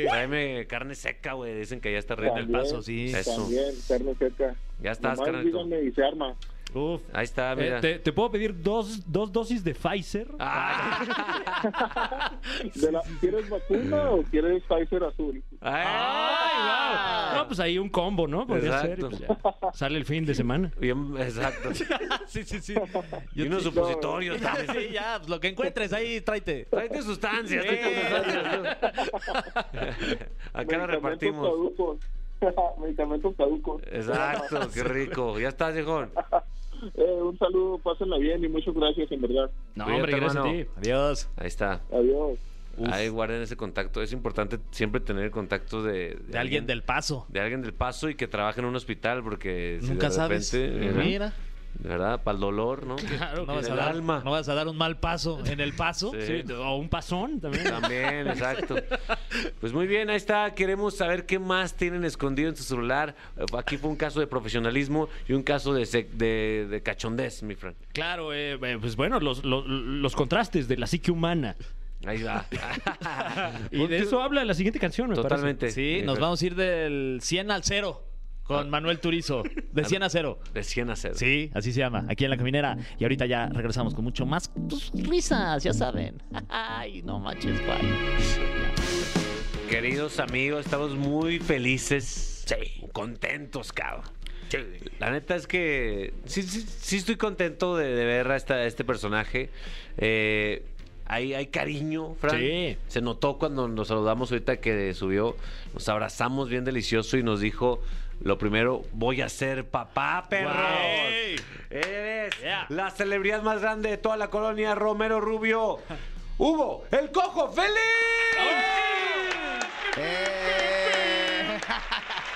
[SPEAKER 2] Tráeme carne seca, güey. Dicen que ya está rico el
[SPEAKER 7] También,
[SPEAKER 2] paso, sí. Eso.
[SPEAKER 7] También, carne seca.
[SPEAKER 2] Ya estás,
[SPEAKER 7] Nomás
[SPEAKER 2] carnalito.
[SPEAKER 7] díganme y se arma.
[SPEAKER 4] Uf.
[SPEAKER 2] Ahí está,
[SPEAKER 4] Eh,
[SPEAKER 2] mira.
[SPEAKER 4] ¿te, te puedo pedir dos, dos dosis de Pfizer?
[SPEAKER 2] Ah.
[SPEAKER 4] *laughs*
[SPEAKER 7] De la- ¿Quieres vacuna o quieres Pfizer azul?
[SPEAKER 2] ¡Ay,
[SPEAKER 4] Ay, wow. No, pues ahí un combo, ¿no? Podría ser, y pues ya. Sale el fin de semana.
[SPEAKER 2] Bien,
[SPEAKER 4] *laughs*
[SPEAKER 2] exacto.
[SPEAKER 3] sí, sí, sí.
[SPEAKER 2] Y unos supositorios también.
[SPEAKER 3] *laughs* sí, ya, pues, lo que encuentres ahí, tráete.
[SPEAKER 2] Tráete sustancias, tráete sustancias. Acá la
[SPEAKER 7] Medicamentos
[SPEAKER 2] repartimos.
[SPEAKER 7] *laughs* caducos. Medicamentos caducos.
[SPEAKER 2] Exacto, qué rico. Ya estás, viejón.
[SPEAKER 7] Eh, un saludo, pásenla bien y muchas gracias, en verdad.
[SPEAKER 4] No,
[SPEAKER 2] Cuídate,
[SPEAKER 4] hombre, gracias
[SPEAKER 2] hermano.
[SPEAKER 4] a ti.
[SPEAKER 3] Adiós.
[SPEAKER 2] Ahí está.
[SPEAKER 7] Adiós.
[SPEAKER 2] Ahí guarden ese contacto. Es importante siempre tener el contacto de,
[SPEAKER 3] De alguien del paso.
[SPEAKER 2] de alguien del paso y que trabaje en un hospital porque si
[SPEAKER 3] Nunca
[SPEAKER 2] de
[SPEAKER 3] sabes.
[SPEAKER 2] repente, ¿verdad?
[SPEAKER 3] Mira.
[SPEAKER 2] De verdad, para el dolor, ¿no?
[SPEAKER 3] no, vas
[SPEAKER 2] en
[SPEAKER 3] a
[SPEAKER 2] el
[SPEAKER 3] dar,
[SPEAKER 2] alma.
[SPEAKER 3] no vas a dar un mal paso en el paso.
[SPEAKER 2] Sí.
[SPEAKER 4] Sí, o un pasón también.
[SPEAKER 2] También,
[SPEAKER 3] *laughs*
[SPEAKER 2] exacto. Pues muy bien, ahí está. Queremos saber qué más tienen escondido en su celular. Eh, Aquí fue un caso de profesionalismo y un caso de, sec- de, de cachondez, mi Frank.
[SPEAKER 4] Claro, eh, eh, pues bueno, los, los, los contrastes de la psique humana.
[SPEAKER 2] Ahí
[SPEAKER 3] *laughs*
[SPEAKER 2] va.
[SPEAKER 8] *laughs*
[SPEAKER 4] Y de eso habla la siguiente canción, me parece.
[SPEAKER 2] Totalmente.
[SPEAKER 3] Sí,
[SPEAKER 2] mi
[SPEAKER 3] nos
[SPEAKER 2] Frank.
[SPEAKER 3] vamos a ir del 100 al 0 con
[SPEAKER 2] Ah.
[SPEAKER 3] Manuel Turizo. De 100 a 0.
[SPEAKER 2] De 100 a 0.
[SPEAKER 3] Sí, así se llama, aquí en la caminera. Y ahorita ya regresamos con mucho más pues, risas, ya saben. *laughs* Ay, no manches, bye.
[SPEAKER 2] Queridos amigos, estamos muy felices. Contentos, cabrón. La neta es que sí, sí, sí estoy contento de, de ver a, esta- a este personaje. Eh, hay, hay cariño, Fran.
[SPEAKER 4] Sí.
[SPEAKER 2] Se notó cuando nos saludamos ahorita que subió. Nos abrazamos bien delicioso y nos dijo... Lo primero, voy a ser papá, perro. Eres la celebridad más grande de toda la colonia, Romero Rubio. Hugo, el cojo feliz.
[SPEAKER 8] Eh,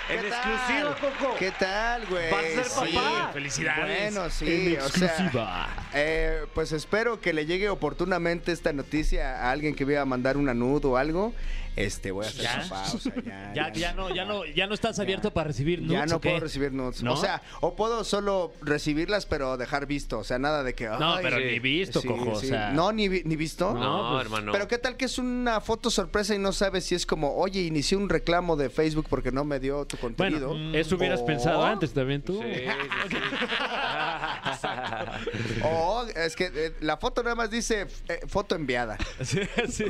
[SPEAKER 8] ¿Qué
[SPEAKER 2] En
[SPEAKER 8] tal?
[SPEAKER 2] exclusiva, Coco.
[SPEAKER 8] ¿Qué tal, güey?
[SPEAKER 2] Vas a ser
[SPEAKER 8] Sí.
[SPEAKER 2] papá.
[SPEAKER 3] Felicidades.
[SPEAKER 8] Bueno, sí, o sea,
[SPEAKER 3] *laughs*
[SPEAKER 8] eh, pues espero que le llegue oportunamente esta noticia a alguien que vaya a mandar un anudo o algo. Este, voy a ser
[SPEAKER 3] ¿Ya?
[SPEAKER 8] papá, o sea, ya,
[SPEAKER 3] Ya, ya no, ya no, ya no estás abierto para recibir nudes,
[SPEAKER 8] Ya no
[SPEAKER 3] ¿o qué?
[SPEAKER 8] puedo recibir nudes.
[SPEAKER 3] ¿No?
[SPEAKER 8] O sea, o puedo solo recibirlas, pero dejar visto. O sea, nada de que.
[SPEAKER 4] No,
[SPEAKER 8] ay,
[SPEAKER 4] pero
[SPEAKER 2] sí.
[SPEAKER 4] ni visto,
[SPEAKER 8] sí,
[SPEAKER 4] cojo.
[SPEAKER 8] sí.
[SPEAKER 4] O sea,
[SPEAKER 8] No, ni, vi- ni visto.
[SPEAKER 2] No, pues, hermano.
[SPEAKER 8] Pero qué tal que es una foto sorpresa y no sabes si es como, oye, inicié un reclamo de Facebook porque no
[SPEAKER 6] Mm,
[SPEAKER 8] me dio tu contenido.
[SPEAKER 4] bueno, eso mm, hubieras ¿eh?
[SPEAKER 2] *laughs*
[SPEAKER 8] O-
[SPEAKER 4] pensado antes también tú.
[SPEAKER 2] Sí, sí, sí.
[SPEAKER 8] O es que eh, la foto nada más dice eh, foto enviada.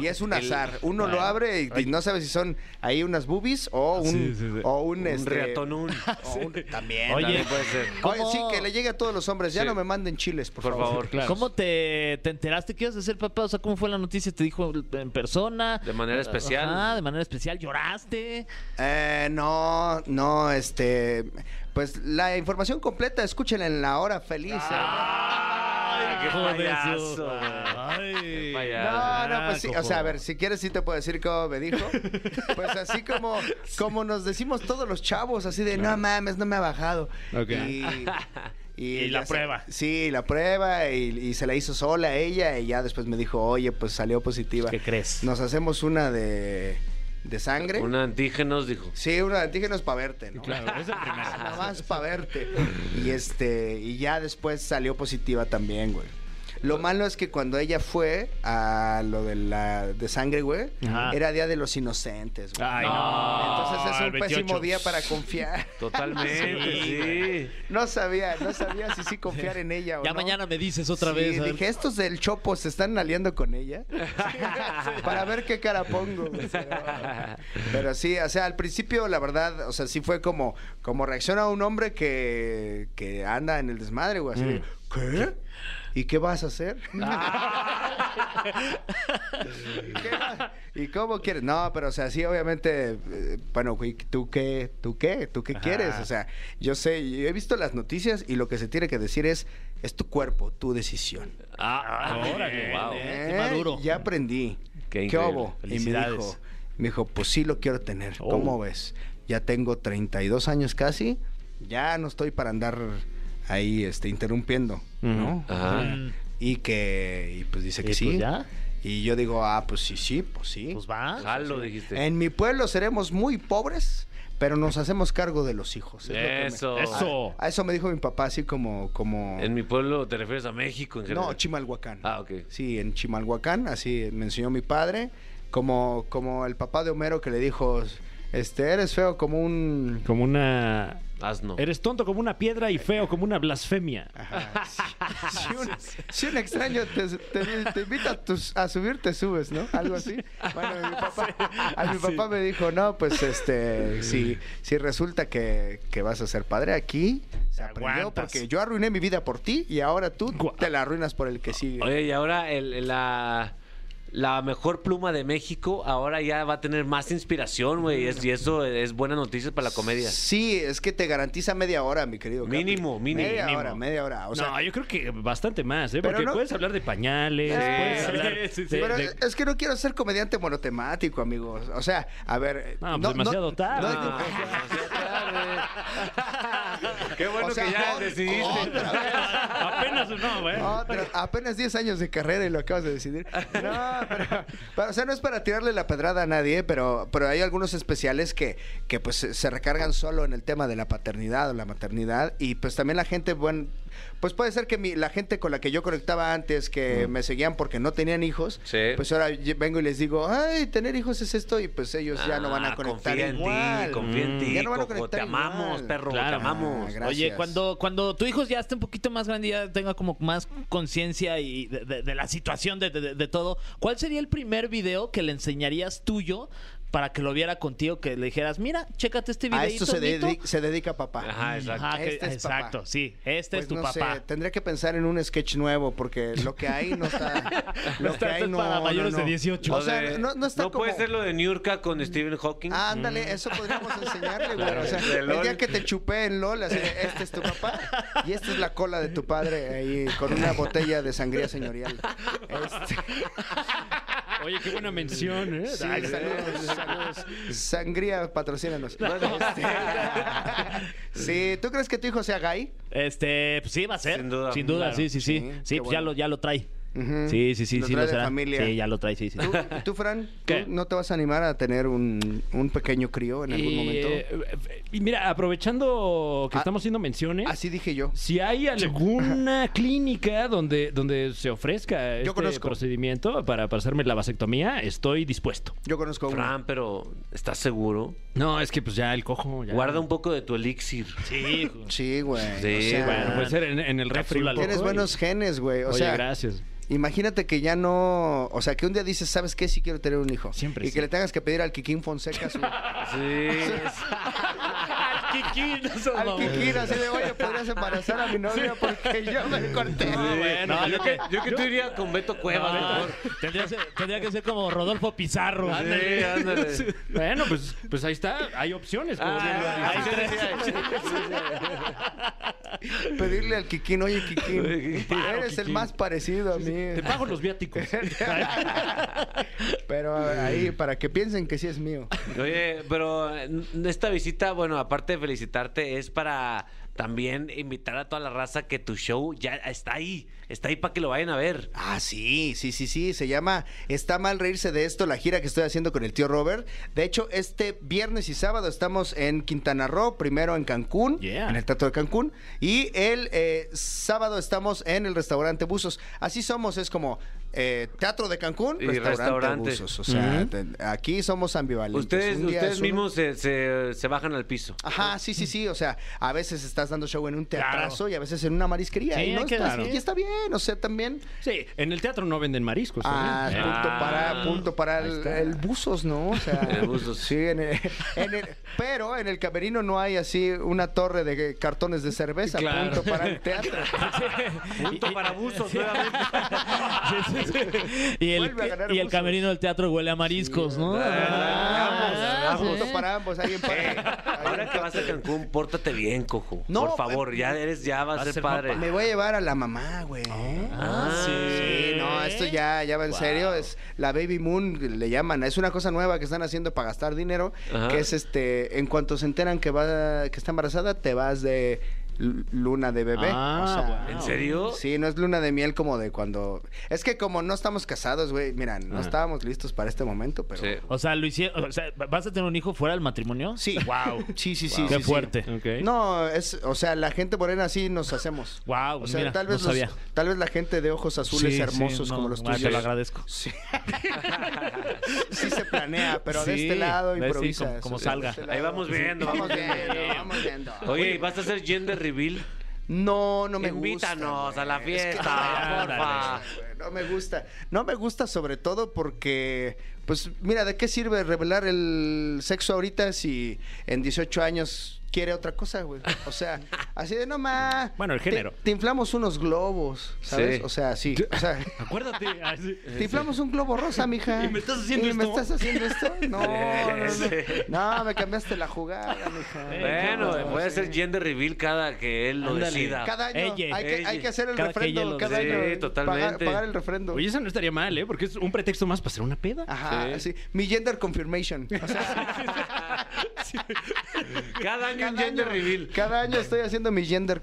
[SPEAKER 8] Y
[SPEAKER 3] *laughs*
[SPEAKER 8] es un azar. Uno lo abre y, y no sabe si son ahí unas boobies o un. O un,
[SPEAKER 2] Un
[SPEAKER 8] este,
[SPEAKER 2] reatonún.
[SPEAKER 8] *laughs* o un- También.
[SPEAKER 3] Oye,
[SPEAKER 8] Oye,
[SPEAKER 2] Puede ser.
[SPEAKER 8] sí, que le llegue a todos los hombres. Ya no me manden chiles, por,
[SPEAKER 2] Por favor.
[SPEAKER 3] ¿Cómo te, te enteraste que ibas a ser papá? O sea, ¿cómo fue la noticia? ¿Te dijo en persona?
[SPEAKER 2] De manera especial.
[SPEAKER 3] Ah, de manera especial. ¿Lloraste?
[SPEAKER 8] Eh, no, no, este. Pues la información completa, escúchenla en la hora feliz.
[SPEAKER 3] Ah,
[SPEAKER 8] Ah,
[SPEAKER 2] ¡Ay, qué
[SPEAKER 3] Hijo de su-
[SPEAKER 2] payaso!
[SPEAKER 3] Ay.
[SPEAKER 8] No,
[SPEAKER 3] Ah,
[SPEAKER 8] no, pues sí, o sea, a
[SPEAKER 3] Coco.
[SPEAKER 8] ver, si quieres sí te puedo decir cómo me dijo. Pues así
[SPEAKER 3] *laughs*
[SPEAKER 8] como, como nos decimos todos los chavos, así de, no mames, no me ha bajado.
[SPEAKER 3] *laughs*
[SPEAKER 8] Y,
[SPEAKER 3] Y la
[SPEAKER 8] ya se-
[SPEAKER 3] prueba.
[SPEAKER 8] sí, la prueba y, y se la hizo sola a ella y ya después me dijo, oye, pues salió positiva.
[SPEAKER 3] ¿Qué crees?
[SPEAKER 8] Nos hacemos una de, de sangre.
[SPEAKER 2] Un antígenos dijo.
[SPEAKER 8] Sí, una de antígenos para verte, ¿no? Claro, es *laughs* Nada más para verte. Y este, y ya después salió positiva también, güey. Lo malo es que cuando ella fue a lo de la de sangre, güey,
[SPEAKER 3] Ajá.
[SPEAKER 8] era día de los inocentes, güey.
[SPEAKER 3] Ay, no.
[SPEAKER 8] Entonces es
[SPEAKER 3] el
[SPEAKER 8] un
[SPEAKER 3] 28.
[SPEAKER 8] pésimo día para confiar. *laughs*
[SPEAKER 2] Totalmente, sí.
[SPEAKER 8] No sabía, no sabía si sí confiar en ella o
[SPEAKER 3] Ya
[SPEAKER 8] no.
[SPEAKER 3] mañana me dices otra
[SPEAKER 8] Sí,
[SPEAKER 3] vez. a ver.
[SPEAKER 8] Dije, estos del Chopo se están aliando con ella para ver qué cara pongo. güey. Pero, pero sí, o sea, al principio, la verdad, o sea, sí fue como, como reacciona un hombre que, que anda en el desmadre, güey. Así de,
[SPEAKER 3] Mm.
[SPEAKER 8] ¿qué? ¿Y qué vas a hacer? ¿Y qué va- ¿Y cómo quieres? No, pero o sea, sí, obviamente, eh, bueno, güey, ¿tú qué? ¿Tú qué? ¿Tú qué quieres? O sea, yo sé, yo he visto las noticias y lo que se tiene que decir es, es tu cuerpo, tu decisión.
[SPEAKER 2] Ah,
[SPEAKER 3] Órale, wow.
[SPEAKER 8] ¿Eh?
[SPEAKER 3] Qué maduro.
[SPEAKER 8] Ya aprendí.
[SPEAKER 2] Oh, Qué
[SPEAKER 8] ¿Qué,
[SPEAKER 2] increíble.
[SPEAKER 8] hubo? Y me
[SPEAKER 3] Felicidades.
[SPEAKER 8] dijo, me dijo, pues sí lo quiero tener. ¿Cómo ves? Ya tengo 32 años casi. Ya no estoy para andar ahí este, interrumpiendo, ¿no?
[SPEAKER 2] Ajá.
[SPEAKER 8] Y que, y pues dice que sí.
[SPEAKER 3] Pues ya,
[SPEAKER 8] Y yo digo, ah, pues sí, sí, pues sí.
[SPEAKER 3] pues va.
[SPEAKER 2] Jalo, dijiste.
[SPEAKER 8] en mi pueblo seremos muy pobres, pero nos hacemos cargo de los hijos. es lo que me-
[SPEAKER 2] Eso.
[SPEAKER 3] Eso.
[SPEAKER 8] a eso me dijo mi papá, así como... como
[SPEAKER 2] En mi pueblo te refieres a México en general.
[SPEAKER 8] no, Chimalhuacán.
[SPEAKER 2] Ah, ok.
[SPEAKER 8] Sí, en Chimalhuacán, así me enseñó mi padre, como, como el papá de Homero que le dijo, este, eres feo como un...
[SPEAKER 6] Como una.
[SPEAKER 2] Asno.
[SPEAKER 6] Eres tonto como una piedra y feo como una blasfemia.
[SPEAKER 2] *laughs*
[SPEAKER 8] Ajá, si,
[SPEAKER 2] Ah,
[SPEAKER 8] si un, si un extraño te, te- te invita a, tus- a subir, te subes, ¿no? Algo así. Bueno, mi
[SPEAKER 2] *laughs*
[SPEAKER 8] papá, a mi papá me dijo, no, pues este, si, si resulta que, que vas a ser padre aquí, se aprendió
[SPEAKER 3] aguantas.
[SPEAKER 8] porque yo arruiné mi vida por ti y ahora tú te la arruinas por el que sigue.
[SPEAKER 2] Oye, y ahora el- el- la, la mejor pluma de México ahora ya va a tener más inspiración, güey. y es- y eso es buena noticia para la comedia.
[SPEAKER 8] Sí, es que te garantiza media hora, mi querido. Capi.
[SPEAKER 2] Mínimo, mínimo.
[SPEAKER 8] Media
[SPEAKER 2] Mínimo.
[SPEAKER 8] hora, media hora. O sea,
[SPEAKER 6] no, yo creo que bastante más, ¿eh?
[SPEAKER 8] Pero
[SPEAKER 6] Porque
[SPEAKER 8] no-
[SPEAKER 6] puedes hablar de pañales,
[SPEAKER 8] Sí,
[SPEAKER 6] puedes
[SPEAKER 8] sí,
[SPEAKER 6] hablar
[SPEAKER 3] sí,
[SPEAKER 6] de-
[SPEAKER 8] pero
[SPEAKER 6] de-
[SPEAKER 8] es- es que no quiero ser comediante monotemático, amigos. O sea, a ver. eh,
[SPEAKER 6] No, pues demasiado tarde.
[SPEAKER 2] Ah, Qué bueno
[SPEAKER 8] o sea,
[SPEAKER 2] que ya
[SPEAKER 8] ot-
[SPEAKER 2] decidiste.
[SPEAKER 8] otra vez.
[SPEAKER 6] *laughs* Apenas no, ¿eh?
[SPEAKER 8] Otra- apenas 10 años de carrera y lo acabas de decidir. No, pero, pero, o sea, no es para tirarle la pedrada a nadie, pero, pero hay algunos especiales que, que pues se se recargan solo en el tema de la paternidad o la maternidad y pues también la gente, bueno, pues puede ser que mi- la gente con la que yo conectaba antes, que me seguían porque no tenían hijos,
[SPEAKER 2] Mm. Sí.
[SPEAKER 8] pues ahora yo vengo y les digo, ay, tener hijos es esto y pues ellos ya no van
[SPEAKER 2] Ah,
[SPEAKER 8] a conectar
[SPEAKER 2] confía en
[SPEAKER 8] igual. Mm.
[SPEAKER 2] ti, confía en ti,
[SPEAKER 8] Ya no van a
[SPEAKER 2] Coco, te
[SPEAKER 8] conectar
[SPEAKER 2] amamos,
[SPEAKER 8] igual.
[SPEAKER 2] perro,
[SPEAKER 8] Claro.
[SPEAKER 2] te amamos.
[SPEAKER 8] Ah, gracias.
[SPEAKER 3] Oye, cuando, cuando tu hijo ya esté un poquito más grande, ya tenga como más conciencia y de, de- de la situación de, de- de todo, ¿cuál sería el primer video que le enseñarías tuyo para que lo viera contigo? Que le dijeras, mira, chécate este video.
[SPEAKER 8] A esto se, dedi- se dedica papá.
[SPEAKER 2] Ajá, exacto.
[SPEAKER 8] Este es papá.
[SPEAKER 3] Ah, exacto, sí. Este es
[SPEAKER 8] Pues
[SPEAKER 3] tu papá.
[SPEAKER 8] no
[SPEAKER 3] *laughs*
[SPEAKER 8] Sé, tendría que pensar en un sketch nuevo porque lo que hay no está. lo que
[SPEAKER 3] está-
[SPEAKER 8] hay
[SPEAKER 3] esto es
[SPEAKER 8] no,
[SPEAKER 3] para
[SPEAKER 8] no,
[SPEAKER 3] mayores
[SPEAKER 8] no.
[SPEAKER 3] de 18.
[SPEAKER 8] O
[SPEAKER 2] Lo de-
[SPEAKER 8] sea, no, no está como. Mm. Ah,
[SPEAKER 2] puede ser lo de Niurka con Stephen Hawking.
[SPEAKER 8] Ándale, eso podríamos enseñarle, güey. o sea,
[SPEAKER 2] de
[SPEAKER 8] el
[SPEAKER 2] LOL.
[SPEAKER 8] día que te chupé en LOL, así de, este es tu papá y esta es la cola de tu padre ahí con una botella de sangría señorial. Este,
[SPEAKER 6] Oye, qué buena mención, ¿eh?
[SPEAKER 8] sí,
[SPEAKER 6] Ay,
[SPEAKER 8] saludos, saludos. Sangría, patrocínanos. Este, *laughs* sí, ¿tú crees que tu hijo sea gay?
[SPEAKER 3] Este, pues sí, va a ser.
[SPEAKER 2] Sin duda.
[SPEAKER 3] Sin duda,
[SPEAKER 6] Claro.
[SPEAKER 3] sí, sí, sí.
[SPEAKER 8] Sí,
[SPEAKER 3] Sí,
[SPEAKER 8] qué
[SPEAKER 3] pues ya,
[SPEAKER 8] bueno.
[SPEAKER 3] lo, ya lo trae.
[SPEAKER 8] Ujú.
[SPEAKER 9] Sí, sí, sí,
[SPEAKER 8] Lo
[SPEAKER 9] sí,
[SPEAKER 8] trae
[SPEAKER 9] lo
[SPEAKER 8] de
[SPEAKER 9] será.
[SPEAKER 8] familia.
[SPEAKER 9] Sí, ya lo trae, sí, sí.
[SPEAKER 8] ¿Tú,
[SPEAKER 6] *laughs*
[SPEAKER 8] tú, Fran, ¿tú
[SPEAKER 6] ¿Qué?
[SPEAKER 8] no te vas a animar a tener un, un pequeño crío en algún
[SPEAKER 6] Y,
[SPEAKER 8] momento?
[SPEAKER 6] eh, y mira, aprovechando que
[SPEAKER 8] Ah,
[SPEAKER 6] estamos haciendo menciones,
[SPEAKER 8] Así dije yo.
[SPEAKER 6] si hay
[SPEAKER 8] *laughs*
[SPEAKER 6] alguna clínica donde, donde se ofrezca este
[SPEAKER 8] conozco.
[SPEAKER 6] procedimiento para, para hacerme la vasectomía, estoy dispuesto.
[SPEAKER 8] Yo conozco a uno.
[SPEAKER 2] Fran, pero ¿estás seguro?
[SPEAKER 6] No, es que pues ya el cojo. ya.
[SPEAKER 2] Guarda un poco de tu elixir.
[SPEAKER 3] Sí, hijo.
[SPEAKER 8] Sí, güey.
[SPEAKER 2] Sí,
[SPEAKER 8] o sea,
[SPEAKER 6] Bueno, pues,
[SPEAKER 3] Ah.
[SPEAKER 6] puede ser en, en el refri. un
[SPEAKER 8] Tienes
[SPEAKER 6] poco y-
[SPEAKER 8] buenos genes, güey. O
[SPEAKER 6] Oye,
[SPEAKER 8] sea,
[SPEAKER 6] gracias.
[SPEAKER 8] imagínate que ya no. O sea, que un día dices, ¿sabes qué? Sí quiero tener un hijo.
[SPEAKER 6] Siempre
[SPEAKER 8] Y
[SPEAKER 6] sí.
[SPEAKER 8] que le tengas que pedir al Kikín
[SPEAKER 6] *laughs*
[SPEAKER 8] Fonseca su.
[SPEAKER 3] *laughs*
[SPEAKER 2] *laughs*
[SPEAKER 3] Al Kiki, no seas
[SPEAKER 8] al
[SPEAKER 3] mamón.
[SPEAKER 8] Kikín, así de, oye, podrías embarazar a mi novia porque yo me corté.
[SPEAKER 3] bueno,
[SPEAKER 2] No,
[SPEAKER 6] pues
[SPEAKER 3] yo
[SPEAKER 2] yo que, yo que tú iría con Beto Cuevas,
[SPEAKER 3] Ah,
[SPEAKER 2] mejor.
[SPEAKER 3] tendría, que ser- tendría que ser como Rodolfo Pizarro.
[SPEAKER 2] Sí, ándale.
[SPEAKER 6] Bueno, pues, pues ahí está. Hay opciones. como bien lo
[SPEAKER 2] Ah,
[SPEAKER 6] dices.
[SPEAKER 8] Pedirle al Kikín, oye, Kikín, eres el más parecido a mí.
[SPEAKER 6] Te pago los
[SPEAKER 2] *laughs*
[SPEAKER 6] viáticos.
[SPEAKER 8] *laughs* Pero ahí, para que piensen que sí es mío.
[SPEAKER 2] Oye, pero eh, n- esta visita, bueno, aparte de felicitarte, es para también invitar a toda la raza que tu show ya está ahí. Está ahí para que lo vayan a ver.
[SPEAKER 8] Ah, sí, sí, sí, sí. Se llama Está mal reírse de esto, la gira que estoy haciendo con el tío Robert. De hecho, este viernes y sábado estamos en Quintana Roo, primero en Cancún,
[SPEAKER 6] Yeah.
[SPEAKER 8] en el Teatro de Cancún. Y el eh, sábado estamos en el restaurante Buzos. Así somos, es como eh, Teatro de Cancún,
[SPEAKER 2] Y restaurante.
[SPEAKER 8] restaurante, Buzos. O
[SPEAKER 3] Mm.
[SPEAKER 8] sea, te- aquí somos ambivalentes.
[SPEAKER 2] Ustedes,
[SPEAKER 8] Un Ah, día
[SPEAKER 2] ustedes
[SPEAKER 8] es uno-
[SPEAKER 2] mismos se, se- se bajan al piso.
[SPEAKER 8] Ajá, sí, sí, sí. O sea, a veces estás dando show en un teatrazo y a veces en una marisquería.
[SPEAKER 3] Sí,
[SPEAKER 8] y, no
[SPEAKER 3] hay que
[SPEAKER 8] estás-
[SPEAKER 3] decir.
[SPEAKER 8] y está bien, o sea, también.
[SPEAKER 6] Sí, en el teatro no venden
[SPEAKER 4] ¿eh?
[SPEAKER 6] mariscos.
[SPEAKER 4] Pues,
[SPEAKER 8] Ah,
[SPEAKER 6] también.
[SPEAKER 8] punto para, punto para el, el buzos, ¿no? O sea,
[SPEAKER 2] El buzos.
[SPEAKER 8] Sí, en el- en el- pero en el camerino no hay así una torre de cartones de cerveza,
[SPEAKER 6] Claro.
[SPEAKER 8] punto para
[SPEAKER 2] *laughs*
[SPEAKER 8] el teatro. Ah,
[SPEAKER 2] Punto para abusos, *laughs* nuevamente.
[SPEAKER 3] Sí, sí, sí. Y el,
[SPEAKER 8] Vuelve a ganar
[SPEAKER 3] y el
[SPEAKER 8] Buzos.
[SPEAKER 3] camerino del teatro huele a mariscos, ¿no?
[SPEAKER 8] Ah,
[SPEAKER 3] sí.
[SPEAKER 8] punto para ambos, ahí en Parque. Ahí
[SPEAKER 2] Ahora
[SPEAKER 8] en
[SPEAKER 2] que vas a
[SPEAKER 8] Parque.
[SPEAKER 2] Cancún, pórtate bien, cojo.
[SPEAKER 8] No, eh,
[SPEAKER 2] Por favor, ya eres, ya vas a ser padre.
[SPEAKER 8] Me voy a llevar a la mamá, güey. ¿eh?
[SPEAKER 2] Ah,
[SPEAKER 8] Sí, no, esto ya, ya va en serio. Es la Baby Moon, le llaman. Es una cosa nueva que están haciendo para gastar dinero.
[SPEAKER 2] Ajá.
[SPEAKER 8] Que es este, en cuanto se enteran que va, que está embarazada, te vas de l- luna de bebé.
[SPEAKER 6] Ah,
[SPEAKER 8] O sea,
[SPEAKER 2] ¿En serio?
[SPEAKER 8] Sí, no es luna de miel como de cuando. Es que como no estamos casados, güey. Mira, no estábamos listos para este momento, pero.
[SPEAKER 2] Sí.
[SPEAKER 3] O sea, lo hicieron, o sea, ¿vas a tener un hijo fuera del matrimonio?
[SPEAKER 8] Sí. Wow. *laughs* Sí, sí, sí.
[SPEAKER 3] Qué
[SPEAKER 8] sí, sí.
[SPEAKER 3] fuerte.
[SPEAKER 6] Ok.
[SPEAKER 8] No, es, o sea, la gente morena así nos hacemos.
[SPEAKER 3] Wow,
[SPEAKER 8] O sea,
[SPEAKER 3] mira,
[SPEAKER 8] tal vez
[SPEAKER 3] no
[SPEAKER 8] los-
[SPEAKER 3] sabía.
[SPEAKER 8] tal vez la gente de ojos azules
[SPEAKER 3] Sí, sí,
[SPEAKER 8] hermosos
[SPEAKER 3] no,
[SPEAKER 8] como los
[SPEAKER 3] guau,
[SPEAKER 8] tuyos.
[SPEAKER 3] Te lo agradezco.
[SPEAKER 8] Sí. sí se planea, pero de
[SPEAKER 3] Sí,
[SPEAKER 8] este lado
[SPEAKER 3] de este,
[SPEAKER 8] improvisa.
[SPEAKER 3] como- como
[SPEAKER 8] Sí,
[SPEAKER 3] salga.
[SPEAKER 8] de este
[SPEAKER 2] Ahí vamos viendo,
[SPEAKER 8] Vamos
[SPEAKER 2] vamos
[SPEAKER 8] viendo,
[SPEAKER 2] viendo.
[SPEAKER 8] vamos viendo.
[SPEAKER 2] Oye, ¿y vas a hacer gender reveal?
[SPEAKER 8] No, no me
[SPEAKER 2] Invítanos
[SPEAKER 8] gusta.
[SPEAKER 2] a la
[SPEAKER 8] güey. Es que-
[SPEAKER 2] fiesta,
[SPEAKER 8] Ay,
[SPEAKER 2] porfa.
[SPEAKER 8] ándale, güey, No me gusta. No me gusta sobre todo porque, pues mira, ¿de qué sirve revelar el sexo ahorita si en 18 años quiere otra cosa, güey? O sea, así de nomás.
[SPEAKER 6] Bueno, el género.
[SPEAKER 8] Te, te inflamos unos globos, ¿sabes?
[SPEAKER 2] Sí.
[SPEAKER 8] O sea, sí. O sea,
[SPEAKER 6] Acuérdate. ah, sí.
[SPEAKER 8] te inflamos un globo rosa, mija.
[SPEAKER 6] ¿Y me estás haciendo
[SPEAKER 8] ¿Y me
[SPEAKER 6] esto?
[SPEAKER 8] estás haciendo
[SPEAKER 6] *laughs*
[SPEAKER 8] esto? No, no, no.
[SPEAKER 2] Sí.
[SPEAKER 8] No, me cambiaste la jugada, mija.
[SPEAKER 2] Bueno,
[SPEAKER 8] No,
[SPEAKER 2] puede
[SPEAKER 8] sí.
[SPEAKER 2] ser gender reveal cada que él lo
[SPEAKER 3] Ándale.
[SPEAKER 2] decida.
[SPEAKER 8] Cada año
[SPEAKER 3] Ella.
[SPEAKER 8] hay, que,
[SPEAKER 2] Ella.
[SPEAKER 8] hay que hacer el
[SPEAKER 3] Cada que ella
[SPEAKER 8] refrendo
[SPEAKER 3] lo
[SPEAKER 8] cada
[SPEAKER 2] decida.
[SPEAKER 8] año.
[SPEAKER 2] Sí, totalmente.
[SPEAKER 8] Pagar, pagar el refrendo.
[SPEAKER 6] Oye, eso no estaría mal, ¿eh? Porque es un pretexto más para hacer una peda.
[SPEAKER 8] Ajá, sí. Mi gender confirmation. O sea,
[SPEAKER 2] *laughs* Cada año un
[SPEAKER 8] cada, año,
[SPEAKER 2] gender reveal.
[SPEAKER 8] cada año estoy haciendo mi gender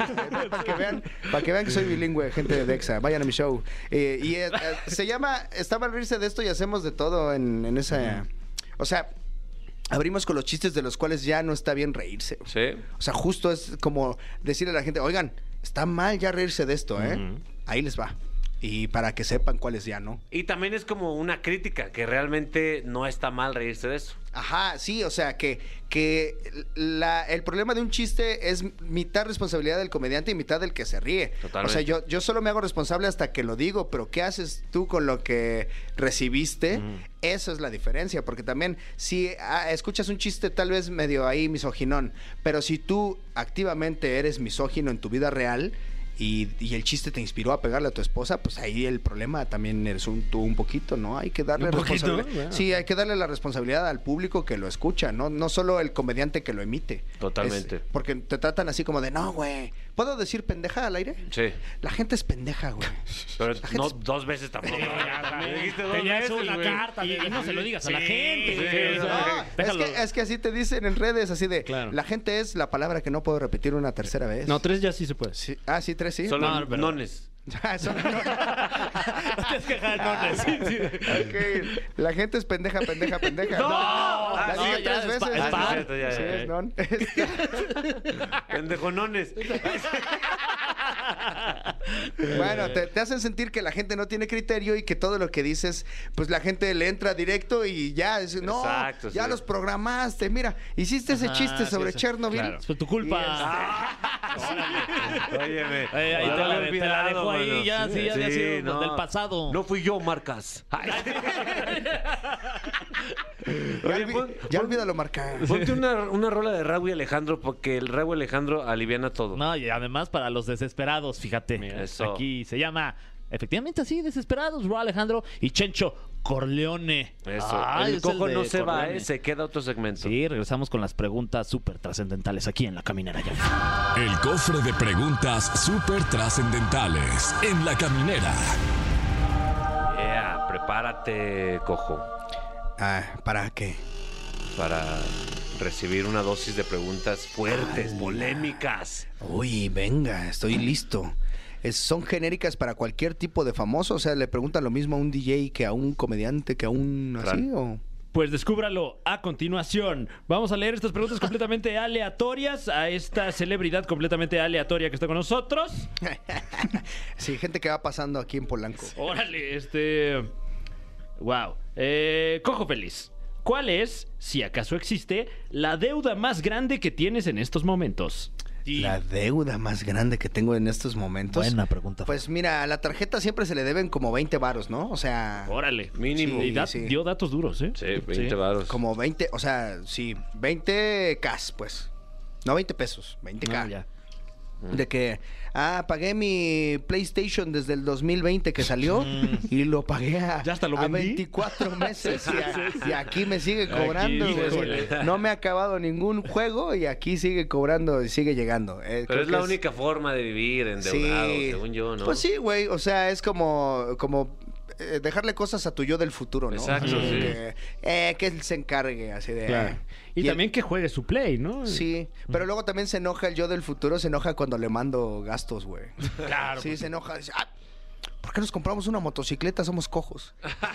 [SPEAKER 2] *laughs*
[SPEAKER 8] ¿eh? para, que vean, para que vean que soy bilingüe, gente de Dexa. Vayan a mi show. Eh, y eh, eh, se llama Está mal reírse de esto y hacemos de todo en, en esa. O sea, abrimos con los chistes de los cuales ya no está bien reírse.
[SPEAKER 2] Sí.
[SPEAKER 8] O sea, justo es como decirle a la gente, oigan, está mal ya reírse de esto, ¿eh? Ahí les va. Y para que sepan cuáles ya no.
[SPEAKER 2] Y también es como una crítica, que realmente no está mal reírse de eso.
[SPEAKER 8] Ajá, sí, o sea, que, que la- el problema de un chiste es mitad responsabilidad del comediante y mitad del que se ríe.
[SPEAKER 2] Totalmente.
[SPEAKER 8] O sea, yo, yo solo me hago responsable hasta que lo digo, pero ¿qué haces tú con lo que recibiste? Eso es la diferencia, porque también si ah, escuchas un chiste tal vez medio ahí misoginón, pero si tú activamente eres misógino en tu vida real... Y, y el chiste te inspiró a pegarle a tu esposa, pues ahí el problema también eres un, tú un poquito, ¿no? Hay que darle
[SPEAKER 6] ¿Un poquito?
[SPEAKER 8] responsabilidad.
[SPEAKER 6] Wow.
[SPEAKER 8] Sí, Sí, hay que darle la responsabilidad al público que lo escucha, no, no solo el comediante que lo emite.
[SPEAKER 2] Totalmente.
[SPEAKER 8] Es- porque te tratan así como de, no, güey, ¿puedo decir pendeja al aire?
[SPEAKER 2] Sí.
[SPEAKER 8] La gente es pendeja, güey.
[SPEAKER 2] Pero
[SPEAKER 8] gente
[SPEAKER 2] no
[SPEAKER 8] es-
[SPEAKER 2] dos veces tampoco. *laughs* Me dijiste dos
[SPEAKER 3] Tenías
[SPEAKER 2] veces,
[SPEAKER 3] una
[SPEAKER 2] güey.
[SPEAKER 3] carta,
[SPEAKER 2] Y-
[SPEAKER 3] y no se lo digas a la
[SPEAKER 2] Sí,
[SPEAKER 3] gente,
[SPEAKER 2] sí,
[SPEAKER 3] güey,
[SPEAKER 2] no,
[SPEAKER 3] o sea,
[SPEAKER 2] no.
[SPEAKER 8] Es
[SPEAKER 3] déjalo.
[SPEAKER 8] que, es que así te dicen en redes, así de,
[SPEAKER 6] Claro.
[SPEAKER 8] la gente es la palabra que no puedo repetir una tercera vez.
[SPEAKER 6] No, tres ya sí se puede.
[SPEAKER 8] Sí- ah, sí, tres, sí.
[SPEAKER 2] Solo
[SPEAKER 8] *laughs*
[SPEAKER 6] No, pero-
[SPEAKER 2] nones.
[SPEAKER 8] Ah, son- no,
[SPEAKER 3] No te has quejado, no, no, sí, sí.
[SPEAKER 8] ok. La gente es pendeja, pendeja, pendeja.
[SPEAKER 2] ¡No!
[SPEAKER 8] La
[SPEAKER 2] Ah,
[SPEAKER 8] dije
[SPEAKER 3] no, ya,
[SPEAKER 8] tres
[SPEAKER 3] es pa-
[SPEAKER 8] veces.
[SPEAKER 3] es pa-
[SPEAKER 8] Sí,
[SPEAKER 2] cierto, ya,
[SPEAKER 8] sí,
[SPEAKER 2] ya, ya.
[SPEAKER 8] *laughs* es non.
[SPEAKER 3] *laughs*
[SPEAKER 2] Pendejonones.
[SPEAKER 3] Eh.
[SPEAKER 8] Bueno, te, te hacen sentir que la gente no tiene criterio y que todo lo que dices, pues la gente le entra directo y ya, es, no,
[SPEAKER 2] Exacto,
[SPEAKER 8] ya
[SPEAKER 2] sí.
[SPEAKER 8] los programaste, mira, hiciste ese
[SPEAKER 2] Ah,
[SPEAKER 3] Ajá,
[SPEAKER 8] este chiste
[SPEAKER 3] sí,
[SPEAKER 8] sobre
[SPEAKER 3] sí.
[SPEAKER 8] Chernobyl.
[SPEAKER 3] Claro. Es por tu culpa.
[SPEAKER 8] Y, este,
[SPEAKER 2] Óyeme.
[SPEAKER 3] Eh, ahí
[SPEAKER 2] ya
[SPEAKER 3] te la-
[SPEAKER 2] lo he
[SPEAKER 3] te la dejo ahí,
[SPEAKER 2] mano.
[SPEAKER 3] ya, sí, ya había sido del pasado.
[SPEAKER 2] No fui yo, Marcas. Ay.
[SPEAKER 8] este- ya,
[SPEAKER 2] Oye,
[SPEAKER 8] olvi-
[SPEAKER 2] pon-
[SPEAKER 8] ya
[SPEAKER 2] pon-
[SPEAKER 8] olvídalo marcar.
[SPEAKER 2] Ponte una, una rola de Raúl y Alejandro porque el Raúl y Alejandro aliviana todo.
[SPEAKER 3] *laughs* No, y además para los desesperados, fíjate.
[SPEAKER 2] eso.
[SPEAKER 3] Aquí se llama, efectivamente así, desesperados, Ro Alejandro y Chencho Corleone.
[SPEAKER 2] Eso.
[SPEAKER 3] Ah, es
[SPEAKER 2] el coco
[SPEAKER 3] de
[SPEAKER 2] no se va,
[SPEAKER 3] Corleone.
[SPEAKER 2] ¿eh? se queda otro segmento.
[SPEAKER 3] Sí, regresamos con las preguntas súper trascendentales aquí en La Caminera ya.
[SPEAKER 1] El cofre de preguntas súper trascendentales en la caminera.
[SPEAKER 2] Ea, prepárate, cojo,
[SPEAKER 8] Ah, ¿para qué?
[SPEAKER 2] para recibir una dosis de preguntas fuertes, polémicas.
[SPEAKER 8] Uy, venga, estoy listo. Es- son genéricas para cualquier tipo de famoso, o sea, le preguntan lo mismo a un DJ que a un comediante, que a un así o
[SPEAKER 4] Pues descúbralo a continuación. Vamos a leer estas preguntas completamente aleatorias a esta celebridad completamente aleatoria que está con nosotros.
[SPEAKER 8] sí, gente que va pasando aquí en Polanco.
[SPEAKER 4] Órale, este. Wow. Eh, cojo feliz. ¿Cuál es, si acaso existe, la deuda más grande que tienes en estos momentos?
[SPEAKER 8] La deuda más grande que tengo en estos momentos.
[SPEAKER 3] Buena pregunta.
[SPEAKER 8] Pues mira, a la tarjeta siempre se le deben como 20 varos, ¿no? O sea,
[SPEAKER 4] Órale.
[SPEAKER 2] Mínimo.
[SPEAKER 4] Y da-
[SPEAKER 8] Sí, sí.
[SPEAKER 4] dio datos duros, ¿eh?
[SPEAKER 2] Sí, 20 varos.
[SPEAKER 8] como 20, o sea, sí, 20 cas, pues. No 20 pesos, 20
[SPEAKER 4] Ah,
[SPEAKER 8] k.
[SPEAKER 4] ya.
[SPEAKER 8] de que ah, pagué mi PlayStation desde el 2020
[SPEAKER 4] *laughs*
[SPEAKER 8] que salió y lo pagué a,
[SPEAKER 4] Ya hasta lo
[SPEAKER 8] a
[SPEAKER 4] vendí.
[SPEAKER 8] 24 meses y,
[SPEAKER 4] *laughs*
[SPEAKER 8] a- y aquí me sigue cobrando.
[SPEAKER 4] Aquí,
[SPEAKER 8] güey.
[SPEAKER 4] híjole.
[SPEAKER 8] No me ha acabado ningún juego y aquí sigue cobrando y sigue llegando. Eh, creo
[SPEAKER 2] Pero es
[SPEAKER 8] que
[SPEAKER 2] la única forma de vivir endeudado,
[SPEAKER 8] Sí.
[SPEAKER 2] según yo, ¿no?
[SPEAKER 8] Pues sí, güey. O sea, es como, como eh, dejarle cosas a tu yo del futuro, ¿no?
[SPEAKER 2] Exacto,
[SPEAKER 8] Así
[SPEAKER 2] sí.
[SPEAKER 8] que, eh, que él se encargue, así de. eh.
[SPEAKER 4] Y,
[SPEAKER 8] el-
[SPEAKER 4] también que juegue su play, ¿no?
[SPEAKER 8] Sí, pero luego también se enoja el yo del futuro, se enoja cuando le mando gastos, güey.
[SPEAKER 4] *laughs*
[SPEAKER 8] Claro. Sí, se enoja. dice, "Ah, ¿Por qué nos compramos una motocicleta? Somos cojos.
[SPEAKER 2] *laughs*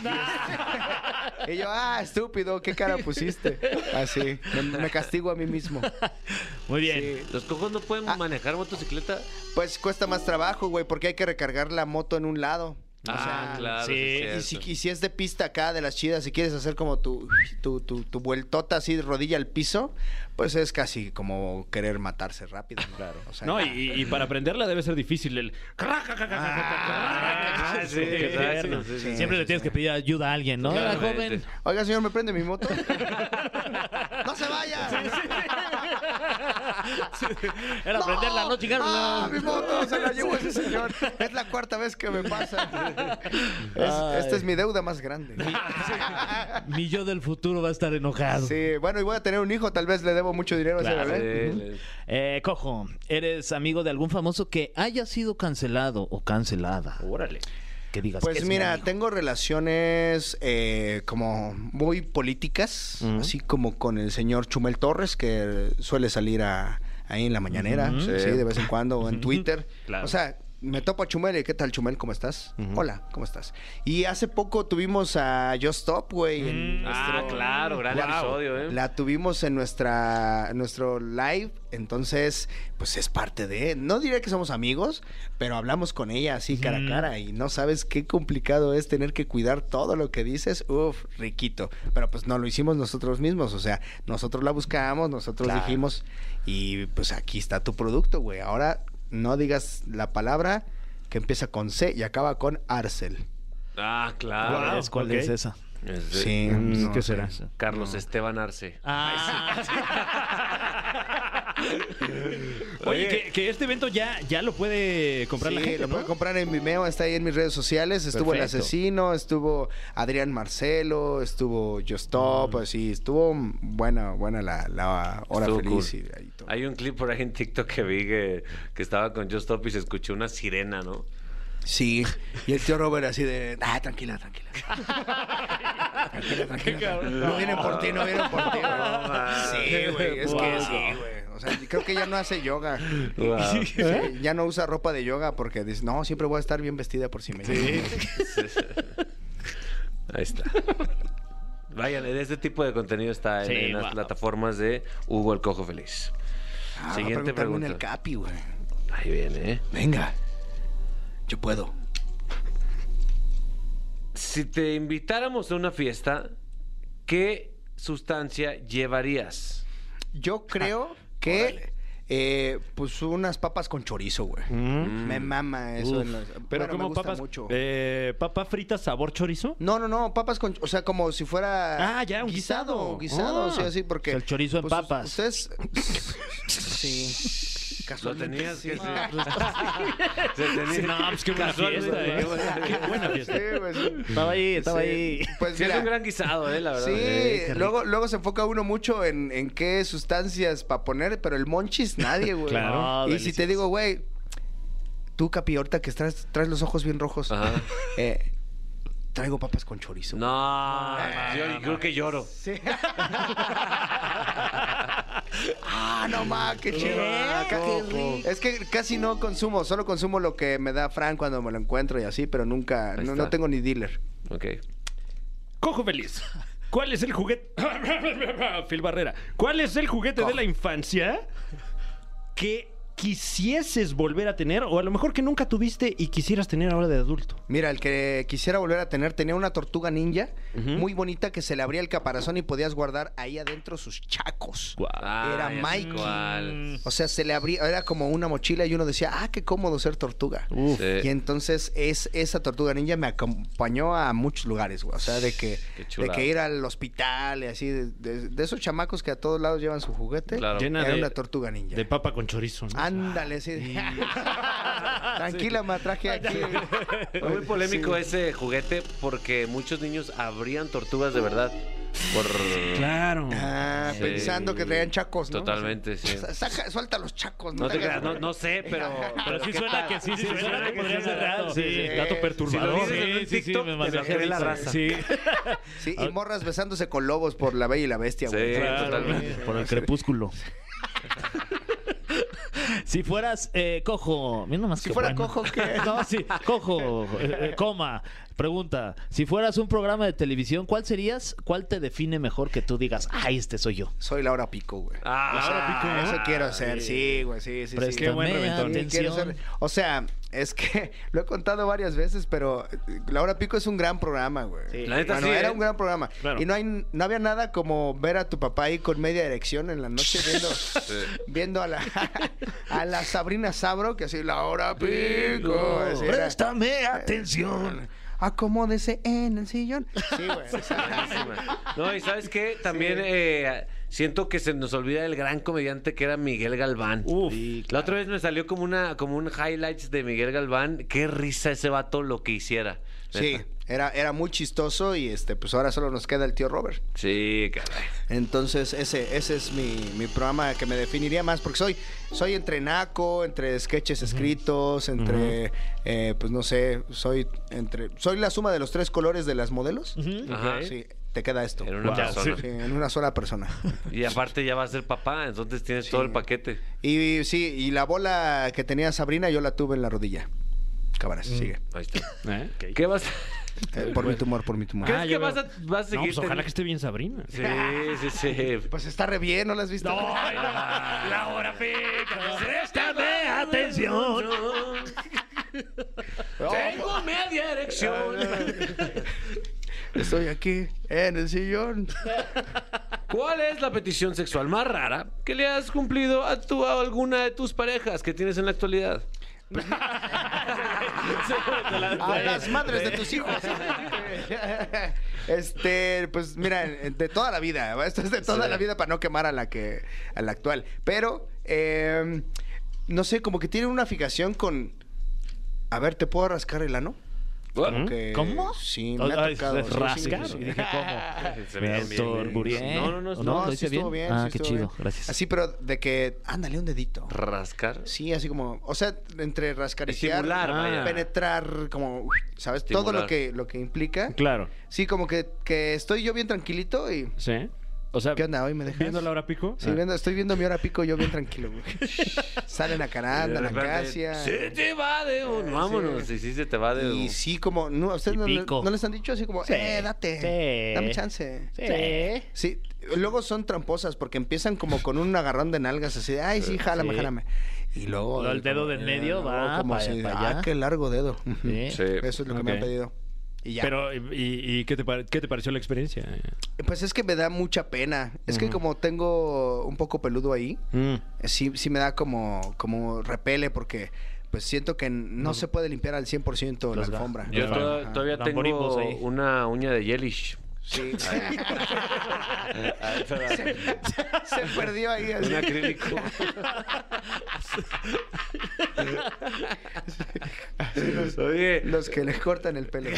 [SPEAKER 8] Y es- y yo, ah, estúpido, qué cara pusiste. Así, me, me castigo a mí mismo.
[SPEAKER 3] Muy bien.
[SPEAKER 2] ¿Los cojos no pueden
[SPEAKER 8] Ah.
[SPEAKER 2] manejar motocicleta?
[SPEAKER 8] Pues cuesta más trabajo, güey, porque hay que recargar la moto en un lado. O
[SPEAKER 2] ah,
[SPEAKER 8] sea,
[SPEAKER 2] claro.
[SPEAKER 3] sí,
[SPEAKER 2] sí,
[SPEAKER 8] Y
[SPEAKER 2] es
[SPEAKER 8] si,
[SPEAKER 2] cierto.
[SPEAKER 8] y si es de pista acá, de las chidas, si quieres hacer como tu, tu, tu, tu vueltota así, rodilla al piso, pues es casi como querer matarse rápido. Claro. O sea,
[SPEAKER 4] No, y, y para aprenderla debe ser difícil el...
[SPEAKER 2] Ah, sí, exacto, sí, sí, sí.
[SPEAKER 3] Siempre le tienes que pedir ayuda a alguien, ¿no? Era
[SPEAKER 2] Claramente.
[SPEAKER 3] joven.
[SPEAKER 8] Oiga, señor, ¿me prende mi moto? ¡No se vaya! *laughs*
[SPEAKER 3] Era
[SPEAKER 8] ¡No!
[SPEAKER 3] aprenderla, no chingar.
[SPEAKER 8] ¡Ah, mi moto! Se la llevó ese señor. Es la cuarta vez que me pasa. Es- esta es mi deuda más grande.
[SPEAKER 3] *laughs* Mi yo del futuro va a estar enojado.
[SPEAKER 8] Sí, bueno, y voy a tener un hijo. Tal vez le debo mucho dinero a ese
[SPEAKER 3] Claro.
[SPEAKER 8] bebé.
[SPEAKER 2] Sí, le-
[SPEAKER 3] Eh, Cojo, ¿eres amigo de algún famoso que haya sido cancelado o cancelada?
[SPEAKER 4] Órale.
[SPEAKER 3] Que digas.
[SPEAKER 8] Pues
[SPEAKER 3] "Es mi
[SPEAKER 8] mira,
[SPEAKER 3] amigo".
[SPEAKER 8] tengo relaciones eh, como muy políticas, así como con el señor Chumel Torres, que suele salir a- ahí en la mañanera, sí. de vez en cuando,
[SPEAKER 3] *laughs*
[SPEAKER 8] o en Twitter. O sea, me topo a Chumel y ¿qué tal, Chumel? ¿Cómo estás? Hola, ¿cómo estás? Y hace poco tuvimos a Just Stop, güey.
[SPEAKER 3] Mm.
[SPEAKER 8] en
[SPEAKER 2] Ah,
[SPEAKER 8] nuestro-
[SPEAKER 2] claro, gran
[SPEAKER 8] Wow.
[SPEAKER 2] episodio, ¿eh?
[SPEAKER 8] La tuvimos en nuestra en nuestro live, entonces pues es parte de, no diré que somos amigos, pero hablamos con ella así cara a cara y no sabes qué complicado es tener que cuidar todo lo que dices, uf, riquito, pero pues no lo hicimos nosotros mismos, o sea, nosotros la buscamos, nosotros dijimos y pues aquí está tu producto, güey. Ahora no digas la palabra que empieza con C y acaba con Arcel.
[SPEAKER 2] Ah,
[SPEAKER 3] Ah,
[SPEAKER 2] claro.
[SPEAKER 3] ¿ves ¿Cuál
[SPEAKER 4] ok.
[SPEAKER 3] es esa?
[SPEAKER 2] Es de
[SPEAKER 8] Sí, no
[SPEAKER 4] Mm, ¿Qué
[SPEAKER 8] sé.
[SPEAKER 4] será?
[SPEAKER 2] Carlos Esteban Arce.
[SPEAKER 8] *laughs*
[SPEAKER 3] Ah.
[SPEAKER 4] *laughs* Oye, que, que este evento ya, ya lo puede comprar
[SPEAKER 8] Sí,
[SPEAKER 4] la gente,
[SPEAKER 8] lo
[SPEAKER 4] ¿no?
[SPEAKER 8] pueden comprar en Vimeo, está ahí en mis redes sociales. Estuvo
[SPEAKER 4] Perfecto.
[SPEAKER 8] El Asesino, estuvo Adrián Marcelo, estuvo Yo
[SPEAKER 2] Mm.
[SPEAKER 8] Stop, así, estuvo buena, buena la, la hora
[SPEAKER 2] Estuvo
[SPEAKER 8] feliz.
[SPEAKER 2] cool.
[SPEAKER 8] y- y todo.
[SPEAKER 2] Hay un clip por ahí en TikTok que vi que, que estaba con Just Stop y se escuchó una sirena,
[SPEAKER 8] *laughs*
[SPEAKER 2] ¿no?
[SPEAKER 8] Sí, y el tío Robert así de, ah, tranquila, tranquila.
[SPEAKER 2] *laughs*
[SPEAKER 4] *laughs*
[SPEAKER 8] tranquila, tranquila. No vienen por ti, no vienen por ti. güey".
[SPEAKER 2] No, man.
[SPEAKER 8] sí, güey, es
[SPEAKER 2] Wow.
[SPEAKER 8] que sí, güey. O sea, creo que ya no hace yoga.
[SPEAKER 2] Wow. ¿Eh?
[SPEAKER 8] Sí, ya no usa ropa de yoga porque dice, no, siempre voy a estar bien vestida por si me
[SPEAKER 2] Sí. Ahí está. Vayan, este tipo de contenido está en,
[SPEAKER 4] Sí,
[SPEAKER 2] en las
[SPEAKER 4] wow.
[SPEAKER 2] plataformas de Hugo el Cojo Feliz.
[SPEAKER 8] Ah,
[SPEAKER 2] Siguiente
[SPEAKER 8] pregúntame en
[SPEAKER 2] pregunta.
[SPEAKER 8] el capi, güey.
[SPEAKER 2] Ahí viene, ¿eh?
[SPEAKER 8] Venga. Yo puedo.
[SPEAKER 2] Si te invitáramos a una fiesta, ¿qué sustancia llevarías?
[SPEAKER 8] Yo creo que eh, pues unas papas con chorizo, güey. Me mama eso. en los-
[SPEAKER 4] Pero
[SPEAKER 8] bueno, me
[SPEAKER 4] como
[SPEAKER 8] gusta
[SPEAKER 4] papas.
[SPEAKER 8] mucho.
[SPEAKER 4] Eh, ¿Papa frita sabor chorizo?
[SPEAKER 8] No, no, no, papas con, o sea, como si fuera
[SPEAKER 4] Ah, ya, un guisado.
[SPEAKER 8] guisado,
[SPEAKER 4] Ah.
[SPEAKER 8] o sea, así porque
[SPEAKER 3] El chorizo en
[SPEAKER 8] pues,
[SPEAKER 3] papas.
[SPEAKER 8] Ustedes sí.
[SPEAKER 2] Lo
[SPEAKER 8] Casualmente
[SPEAKER 2] tenías
[SPEAKER 8] sí. Ah.
[SPEAKER 2] que ser. *laughs* Se tenía-
[SPEAKER 4] Sí, no, pues qué buena
[SPEAKER 2] Casualmente,
[SPEAKER 4] fiesta,
[SPEAKER 2] ¿eh?
[SPEAKER 4] ¿eh? Qué buena fiesta.
[SPEAKER 8] Sí, güey, sí.
[SPEAKER 3] Estaba ahí, estaba
[SPEAKER 8] Sí,
[SPEAKER 3] ahí.
[SPEAKER 8] Pues
[SPEAKER 2] Sí, es
[SPEAKER 8] mira,
[SPEAKER 2] un gran guisado, ¿eh? La verdad.
[SPEAKER 8] Sí,
[SPEAKER 2] Eh, qué rico.
[SPEAKER 8] luego, luego se enfoca uno mucho en, en qué sustancias para poner, pero el monchis nadie, güey.
[SPEAKER 3] Claro.
[SPEAKER 8] Y
[SPEAKER 3] Ah,
[SPEAKER 8] si te digo, güey, tú, Capi, ahorita que traes, traes los ojos bien rojos,
[SPEAKER 2] Ajá.
[SPEAKER 8] eh, traigo papas con chorizo.
[SPEAKER 2] No, Ah, yo creo que lloro.
[SPEAKER 8] Sí. *laughs* ah, no más, qué chido. Ah, ca- Es que casi no consumo, solo consumo lo que me da Fran cuando me lo encuentro y así, pero nunca,
[SPEAKER 2] Ahí
[SPEAKER 8] no,
[SPEAKER 2] está.
[SPEAKER 8] no tengo ni dealer.
[SPEAKER 2] Ok.
[SPEAKER 4] Cojo feliz. ¿Cuál es el juguete? *coughs* Phil Barrera. ¿Cuál es el juguete de la infancia que quisieses volver a tener o a lo mejor que nunca tuviste y quisieras tener ahora de adulto?
[SPEAKER 8] Mira, el que quisiera volver a tener tenía una tortuga ninja muy bonita que se le abría el caparazón y podías guardar ahí adentro sus chacos.
[SPEAKER 2] Ah, ya
[SPEAKER 8] Era
[SPEAKER 2] sé
[SPEAKER 8] Mikey.
[SPEAKER 2] cuál.
[SPEAKER 8] O sea, se le abría, era como una mochila y uno decía, ah, qué cómodo ser tortuga.
[SPEAKER 2] Sí.
[SPEAKER 8] Y entonces es, esa tortuga ninja me acompañó a muchos lugares, güey. O sea, de que,
[SPEAKER 2] Qué
[SPEAKER 8] de
[SPEAKER 2] chulada.
[SPEAKER 8] que ir al hospital y así, de, de- de esos chamacos que a todos lados llevan su juguete.
[SPEAKER 2] Claro.
[SPEAKER 4] Llena
[SPEAKER 8] Era
[SPEAKER 4] de,
[SPEAKER 8] una tortuga ninja.
[SPEAKER 4] de papa con chorizo. ¿no?
[SPEAKER 8] Ándale,
[SPEAKER 2] *laughs*
[SPEAKER 8] sí. Tranquila, me atraje aquí.
[SPEAKER 2] Fue muy polémico
[SPEAKER 8] Sí.
[SPEAKER 2] ese juguete porque muchos niños abrían tortugas de verdad. Por...
[SPEAKER 4] Claro.
[SPEAKER 8] Ah,
[SPEAKER 2] Sí.
[SPEAKER 8] pensando que traían chacos, ¿no?
[SPEAKER 2] Totalmente,
[SPEAKER 8] *laughs*
[SPEAKER 2] sí.
[SPEAKER 8] Sa- saca- suelta los chacos, ¿no?
[SPEAKER 2] No te
[SPEAKER 8] hagas-
[SPEAKER 2] creas, no, no sé,
[SPEAKER 8] *laughs*
[SPEAKER 2] pero.
[SPEAKER 3] Pero sí suena Ah, que sí, sí, suena que podría ser real.
[SPEAKER 4] Sí,
[SPEAKER 3] Sí.
[SPEAKER 4] dato
[SPEAKER 2] Si lo
[SPEAKER 4] perturbador.
[SPEAKER 2] dices en un
[SPEAKER 3] Sí, sí, sí,
[SPEAKER 2] TikTok,
[SPEAKER 3] me
[SPEAKER 2] te lo
[SPEAKER 3] imagino.
[SPEAKER 2] cree la raza. Sí,
[SPEAKER 8] Sí, y morras besándose con lobos por la bella y la bestia, güey.
[SPEAKER 2] totalmente.
[SPEAKER 3] *laughs* Por el crepúsculo.
[SPEAKER 8] *laughs*
[SPEAKER 3] si fueras eh, cojo, mira nomás
[SPEAKER 8] Si
[SPEAKER 3] qué
[SPEAKER 8] fuera
[SPEAKER 3] bueno.
[SPEAKER 8] cojo, ¿qué?
[SPEAKER 3] No, sí, cojo, eh, eh, coma. Pregunta, si fueras un programa de televisión, ¿cuál serías? ¿Cuál te define mejor que tú digas, ay, este soy yo?
[SPEAKER 8] Soy Laura Pico, güey.
[SPEAKER 2] Ah,
[SPEAKER 8] O sea,
[SPEAKER 2] Laura Pico.
[SPEAKER 8] Eso quiero ser, sí, güey, sí, sí, sí.
[SPEAKER 3] Préstame Qué buen reventón.
[SPEAKER 8] Sí, quiero ser-
[SPEAKER 3] atención.
[SPEAKER 8] o sea, es que *laughs* lo he contado varias veces, pero eh, Laura Pico es un gran programa, güey.
[SPEAKER 2] La neta
[SPEAKER 8] bueno,
[SPEAKER 2] sí,
[SPEAKER 8] era
[SPEAKER 2] ¿eh?
[SPEAKER 8] un gran programa.
[SPEAKER 4] Claro.
[SPEAKER 8] Y no hay, no había nada como ver a tu papá ahí con media erección en la noche
[SPEAKER 2] *laughs*
[SPEAKER 8] viendo, viendo a la *laughs* a la Sabrina Sabro, que así Laura Pico. así Pues era. Eh,
[SPEAKER 3] Préstame atención.
[SPEAKER 8] Acomódese en el sillón.
[SPEAKER 2] *laughs*
[SPEAKER 8] Sí, güey. o sea,
[SPEAKER 2] Buenísima. No, y sabes qué, también eh, siento que se nos olvida el gran comediante que era Miguel Galván.
[SPEAKER 4] Uf.
[SPEAKER 2] La otra vez me salió como una, como un highlights de Miguel Galván. Qué risa ese vato lo que hiciera.
[SPEAKER 8] Sí,
[SPEAKER 2] Neta.
[SPEAKER 8] era, era muy chistoso y este, pues ahora solo nos queda el tío Robert.
[SPEAKER 2] Sí, caray.
[SPEAKER 8] Entonces, ese, ese es mi, mi programa que me definiría más, porque soy, soy entre naco, entre sketches escritos, entre, eh, pues no sé, soy entre soy la suma de los tres colores de las modelos.
[SPEAKER 2] Ajá.
[SPEAKER 8] Sí, te queda esto.
[SPEAKER 2] Era una
[SPEAKER 4] Wow.
[SPEAKER 2] persona.
[SPEAKER 8] Sí, en una sola persona.
[SPEAKER 2] Y aparte ya va a ser papá, entonces tienes todo el paquete.
[SPEAKER 8] Y sí, y la bola que tenía Sabrina yo la tuve en la rodilla. Cámaras, sigue.
[SPEAKER 2] Ahí está.
[SPEAKER 4] ¿Eh?
[SPEAKER 2] ¿Qué vas,
[SPEAKER 8] Eh, por mi tumor, por mi tumor.
[SPEAKER 2] ¿Crees
[SPEAKER 4] Ah,
[SPEAKER 2] que
[SPEAKER 4] ya
[SPEAKER 2] vas
[SPEAKER 4] veo.
[SPEAKER 2] a, vas a
[SPEAKER 4] No,
[SPEAKER 2] seguir?
[SPEAKER 4] pues ojalá que
[SPEAKER 2] teni-
[SPEAKER 4] esté bien Sabrina.
[SPEAKER 2] Sí, sí, sí.
[SPEAKER 8] Pues está re bien, ¿no la has visto?
[SPEAKER 4] La hora pica.
[SPEAKER 2] Préstame atención. Tengo Ah, media erección.
[SPEAKER 8] Estoy aquí, en el sillón.
[SPEAKER 2] ¿Cuál es la petición sexual más rara que le has cumplido a tu a alguna de tus parejas que tienes en la actualidad?
[SPEAKER 8] A las madres de tus hijos. *laughs* Este, pues mira, de toda la vida. Esto es de toda la vida para no quemar a la que, a la actual. Pero, eh, no sé, como que tiene una fijación con. A ver, ¿te puedo rascar el ano? Como que-
[SPEAKER 3] ¿Mm? ¿Cómo?
[SPEAKER 8] Sí, me ha
[SPEAKER 3] Ay,
[SPEAKER 8] tocado.
[SPEAKER 3] es
[SPEAKER 8] sí, sí,
[SPEAKER 3] rascar.
[SPEAKER 8] sí.
[SPEAKER 3] Y dije, ¿cómo?
[SPEAKER 2] Se
[SPEAKER 3] Me
[SPEAKER 2] ve bien,
[SPEAKER 3] autoorgullé.
[SPEAKER 2] bien. No, no, no,
[SPEAKER 3] ¿O
[SPEAKER 2] no,
[SPEAKER 3] ¿Lo
[SPEAKER 8] sí
[SPEAKER 3] hice
[SPEAKER 8] estuvo bien,
[SPEAKER 3] ah,
[SPEAKER 8] sí
[SPEAKER 3] qué
[SPEAKER 8] estuvo
[SPEAKER 3] chido,
[SPEAKER 8] bien.
[SPEAKER 3] gracias.
[SPEAKER 8] Así, pero de que, ándale un dedito.
[SPEAKER 2] Rascar.
[SPEAKER 8] Sí, así como, o sea, entre rascariciar, ah,
[SPEAKER 2] Estimular, vaya.
[SPEAKER 8] penetrar, como, ¿sabes? Todo
[SPEAKER 2] Estimular.
[SPEAKER 8] lo que, lo que implica.
[SPEAKER 4] Claro.
[SPEAKER 8] Sí, como que, que estoy yo bien tranquilito y
[SPEAKER 4] Sí. O sea,
[SPEAKER 8] ¿Qué onda? ¿Hoy me dejas?
[SPEAKER 4] ¿Viendo la hora pico?
[SPEAKER 8] Sí, viendo- estoy viendo mi hora pico yo bien tranquilo, güey. Salen a Caranda, la Casia.
[SPEAKER 2] Se te va de uno. Vámonos. Y sí, se te va de uno.
[SPEAKER 8] Y sí, como, no, ¿a ustedes no, le-
[SPEAKER 3] pico.
[SPEAKER 8] no les han dicho así como, eh, date,
[SPEAKER 3] Sí.
[SPEAKER 8] dame chance.
[SPEAKER 3] Sí.
[SPEAKER 8] *laughs* Sí, luego son tramposas porque empiezan como con un agarrón de nalgas así de, ay, sí, jálame,
[SPEAKER 3] Sí.
[SPEAKER 8] jálame. Y luego...
[SPEAKER 3] Luego el dedo
[SPEAKER 8] como,
[SPEAKER 3] del
[SPEAKER 8] eh,
[SPEAKER 3] medio
[SPEAKER 8] luego
[SPEAKER 3] va
[SPEAKER 8] como
[SPEAKER 3] pa-
[SPEAKER 8] así,
[SPEAKER 3] pa
[SPEAKER 8] "Ah,
[SPEAKER 3] allá".
[SPEAKER 8] qué largo dedo.
[SPEAKER 3] Sí.
[SPEAKER 2] Sí.
[SPEAKER 8] Eso es lo que me han
[SPEAKER 4] Ok.
[SPEAKER 8] pedido. Y ya.
[SPEAKER 4] Pero, ¿y, y qué, te pare- qué te pareció la experiencia?
[SPEAKER 8] Pues es que me da mucha pena. Es que como tengo un poco peludo ahí,
[SPEAKER 3] Mm.
[SPEAKER 8] eh, sí, sí me da como, como repele porque pues siento que no, se puede limpiar al 100% la
[SPEAKER 3] Los ga-
[SPEAKER 8] alfombra.
[SPEAKER 2] Yo
[SPEAKER 8] Ajá.
[SPEAKER 2] to- todavía
[SPEAKER 3] Los borimbos
[SPEAKER 2] tengo
[SPEAKER 3] ahí.
[SPEAKER 2] una uña de
[SPEAKER 8] *laughs*
[SPEAKER 2] Yelish.
[SPEAKER 8] Sí. *laughs* se perdió ahí. así.
[SPEAKER 2] Un acrílico.
[SPEAKER 8] *laughs*
[SPEAKER 2] Oye,
[SPEAKER 8] Los que les cortan el pelo.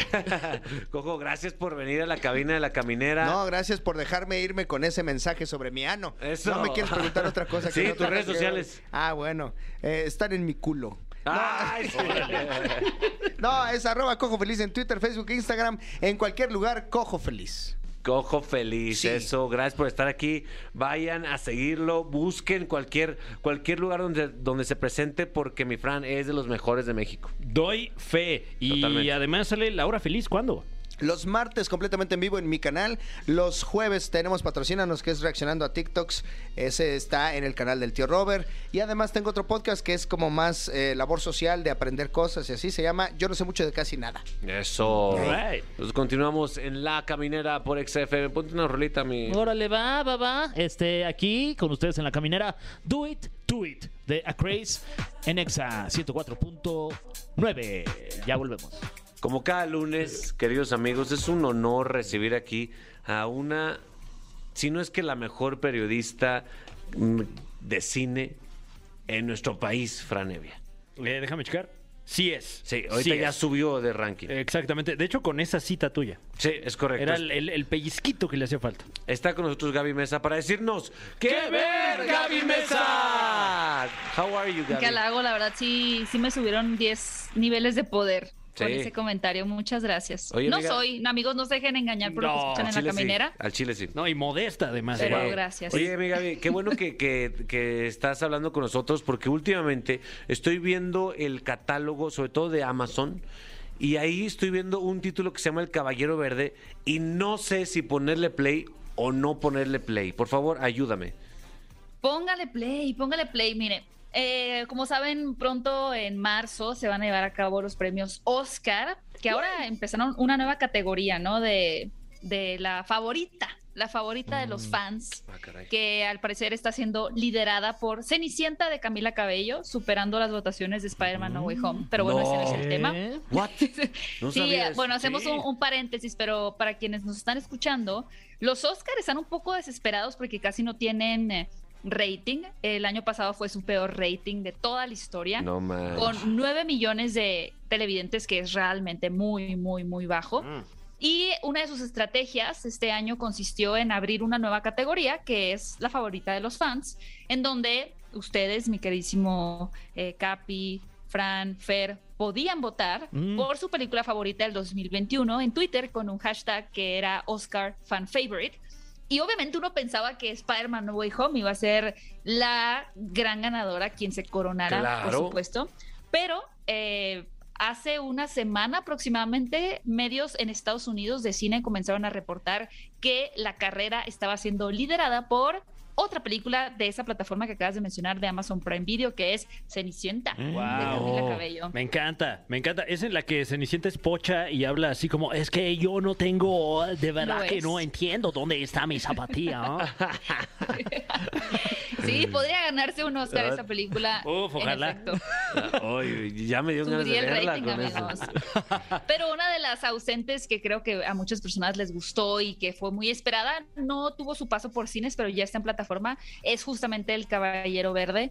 [SPEAKER 2] Coco, gracias por venir a la cabina de la caminera.
[SPEAKER 8] No, gracias por dejarme irme con ese mensaje sobre mi ano.
[SPEAKER 2] Eso.
[SPEAKER 8] No me quieres preguntar otra cosa.
[SPEAKER 2] Sí,
[SPEAKER 8] no
[SPEAKER 2] tus
[SPEAKER 8] tenga
[SPEAKER 2] redes
[SPEAKER 8] que ver.
[SPEAKER 2] sociales.
[SPEAKER 8] Ah, bueno. Eh, están en mi culo.
[SPEAKER 2] Ay, sí.
[SPEAKER 8] No, es arroba cojo feliz en Twitter, Facebook, Instagram, en cualquier lugar, cojo feliz.
[SPEAKER 2] Cojo feliz,
[SPEAKER 8] Sí.
[SPEAKER 2] eso, gracias por estar aquí. Vayan a seguirlo, busquen cualquier, cualquier lugar donde, donde se presente, porque mi Fran es de los mejores de México.
[SPEAKER 4] Doy fe. Y
[SPEAKER 2] Totalmente.
[SPEAKER 4] además sale la hora feliz. ¿Cuándo?
[SPEAKER 8] Los martes completamente en vivo en mi canal. Los jueves tenemos Patrocínanos, que es reaccionando a TikToks. Ese está en el canal del tío Robert. Y además tengo otro podcast que es como más eh, labor social de aprender cosas y así. Se llama Yo no sé mucho de casi nada.
[SPEAKER 2] Eso.
[SPEAKER 4] Alright.
[SPEAKER 2] Nos continuamos en la caminera por XFM. Ponte una rolita, mi.
[SPEAKER 3] Órale, va, va, va. Este, aquí con ustedes en la caminera. Do it, do it. De A Craze en Exa 104.9. Ya volvemos.
[SPEAKER 2] Como cada lunes, queridos amigos, es un honor recibir aquí a una, si no es que la mejor periodista mm, de cine en nuestro país, Fran Evia.
[SPEAKER 4] Eh, déjame checar. Sí es.
[SPEAKER 2] Sí, ahorita
[SPEAKER 4] Sí
[SPEAKER 2] ya
[SPEAKER 4] es.
[SPEAKER 2] subió de ranking.
[SPEAKER 4] Exactamente. De hecho, con esa cita tuya.
[SPEAKER 2] sí, es correcto.
[SPEAKER 4] Era el, el- el pellizquito que le hacía falta.
[SPEAKER 2] Está con nosotros Gaby Mesa para decirnos ¡Qué,
[SPEAKER 4] ¡Qué
[SPEAKER 2] ver,
[SPEAKER 4] ver,
[SPEAKER 2] Gaby
[SPEAKER 4] Gaby
[SPEAKER 2] Mesa! How are you, Gaby?
[SPEAKER 10] Qué halago, la verdad sí, sí me subieron 10 niveles de poder por
[SPEAKER 2] Sí.
[SPEAKER 10] ese comentario. Muchas gracias.
[SPEAKER 2] Oye,
[SPEAKER 10] no
[SPEAKER 2] amiga-
[SPEAKER 10] soy, no, amigos, no se dejen engañar por lo
[SPEAKER 4] No,
[SPEAKER 10] que escuchan
[SPEAKER 2] Al
[SPEAKER 10] en la
[SPEAKER 2] chile sí,
[SPEAKER 10] caminera.
[SPEAKER 2] Al chile sí.
[SPEAKER 4] No, y modesta además.
[SPEAKER 10] Pero
[SPEAKER 4] Wow.
[SPEAKER 10] gracias.
[SPEAKER 2] Oye, amiga, Gaby, qué bueno que, que- que estás hablando con nosotros porque últimamente estoy viendo el catálogo, sobre todo de Amazon, y ahí estoy viendo un título que se llama El Caballero Verde y no sé si ponerle play o no ponerle play. Por favor, ayúdame.
[SPEAKER 10] Póngale play, póngale play. Mire, eh, como saben, pronto en marzo se van a llevar a cabo los premios Oscar, que ahora empezaron una nueva categoría, ¿no? De, de la favorita, la favorita de los fans.
[SPEAKER 2] Ah, caray.
[SPEAKER 10] que al parecer está siendo liderada por Cenicienta de Camila Cabello, superando las votaciones de Spider-Man No Way Home. Pero bueno, ese no es el tema.
[SPEAKER 3] ¿Eh?
[SPEAKER 2] What? No
[SPEAKER 10] sí,
[SPEAKER 2] sabía
[SPEAKER 10] eh,
[SPEAKER 2] eso.
[SPEAKER 10] bueno, hacemos
[SPEAKER 2] Sí.
[SPEAKER 10] un, un paréntesis, pero para quienes nos están escuchando, los Oscars están un poco desesperados porque casi no tienen eh, rating. El año pasado fue su peor rating de toda la historia.
[SPEAKER 2] No man.
[SPEAKER 10] Con 9 millones de televidentes, que es realmente muy, muy, muy bajo. Y una de sus estrategias este año consistió en abrir una nueva categoría que es la favorita de los fans, en donde ustedes, mi queridísimo eh, Capi, Fran, Fer, podían votar
[SPEAKER 3] Mm.
[SPEAKER 10] por su película favorita del 2021 en Twitter con un hashtag que era Oscar Fan Favorite. Y obviamente uno pensaba que Spider-Man No Way Home iba a ser la gran ganadora, quien se coronara,
[SPEAKER 2] Claro.
[SPEAKER 10] por supuesto. Pero eh, hace una semana aproximadamente, medios en Estados Unidos de cine comenzaron a reportar que la carrera estaba siendo liderada por otra película de esa plataforma que acabas de mencionar de Amazon Prime Video, que es Cenicienta,
[SPEAKER 4] Mm.
[SPEAKER 10] de Camila Cabello.
[SPEAKER 4] Me encanta, me encanta. Es en la que Cenicienta es pocha y habla así como, es que yo no tengo, de verdad
[SPEAKER 10] Lo
[SPEAKER 4] que
[SPEAKER 10] es.
[SPEAKER 4] no entiendo dónde está mi
[SPEAKER 10] *laughs*
[SPEAKER 4] zapatilla.
[SPEAKER 10] Sí, podría ganarse un Oscar esa película.
[SPEAKER 4] *laughs* Uf,
[SPEAKER 10] en
[SPEAKER 4] ojalá.
[SPEAKER 10] efecto.
[SPEAKER 2] Ay, ya me dio ganas de
[SPEAKER 10] Subiría el
[SPEAKER 2] verla
[SPEAKER 10] rating,
[SPEAKER 2] con eso. Ah,
[SPEAKER 10] amigos.
[SPEAKER 2] *laughs*
[SPEAKER 10] Pero una de las ausentes que creo que a muchas personas les gustó y que fue muy esperada, no tuvo su paso por cines, pero ya está en plataforma, es justamente El Caballero Verde.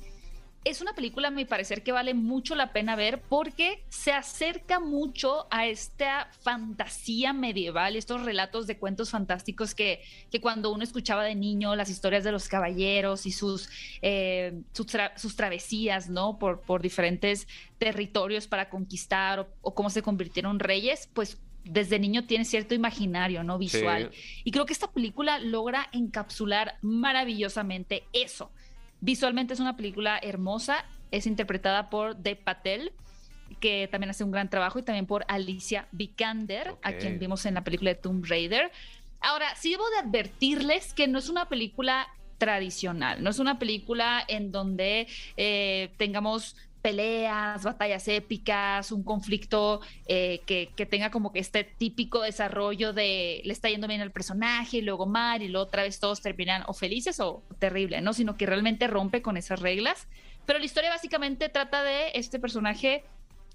[SPEAKER 10] Es una película, a mi parecer, que vale mucho la pena ver porque se acerca mucho a esta fantasía medieval, estos relatos de cuentos fantásticos que, que cuando uno escuchaba de niño, las historias de los caballeros y sus, eh, sus, tra- sus travesías, ¿no? Por, por diferentes territorios para conquistar o, o cómo se convirtieron reyes, pues desde niño tiene cierto imaginario, ¿no? Visual. Y creo que esta película logra encapsular maravillosamente eso. Visualmente es una película hermosa, es interpretada por Dev Patel, que también hace un gran trabajo, y también por Alicia Vikander, a
[SPEAKER 2] Ok.
[SPEAKER 10] quien vimos en la película de Tomb Raider. Ahora, sí debo de advertirles que no es una película tradicional, no es una película en donde eh, tengamos peleas, batallas épicas, un conflicto eh, que, que tenga como que este típico desarrollo de le está yendo bien al personaje y luego mal y luego otra vez todos terminan o felices o terrible, ¿no? Sino que realmente rompe con esas reglas. Pero la historia básicamente trata de este personaje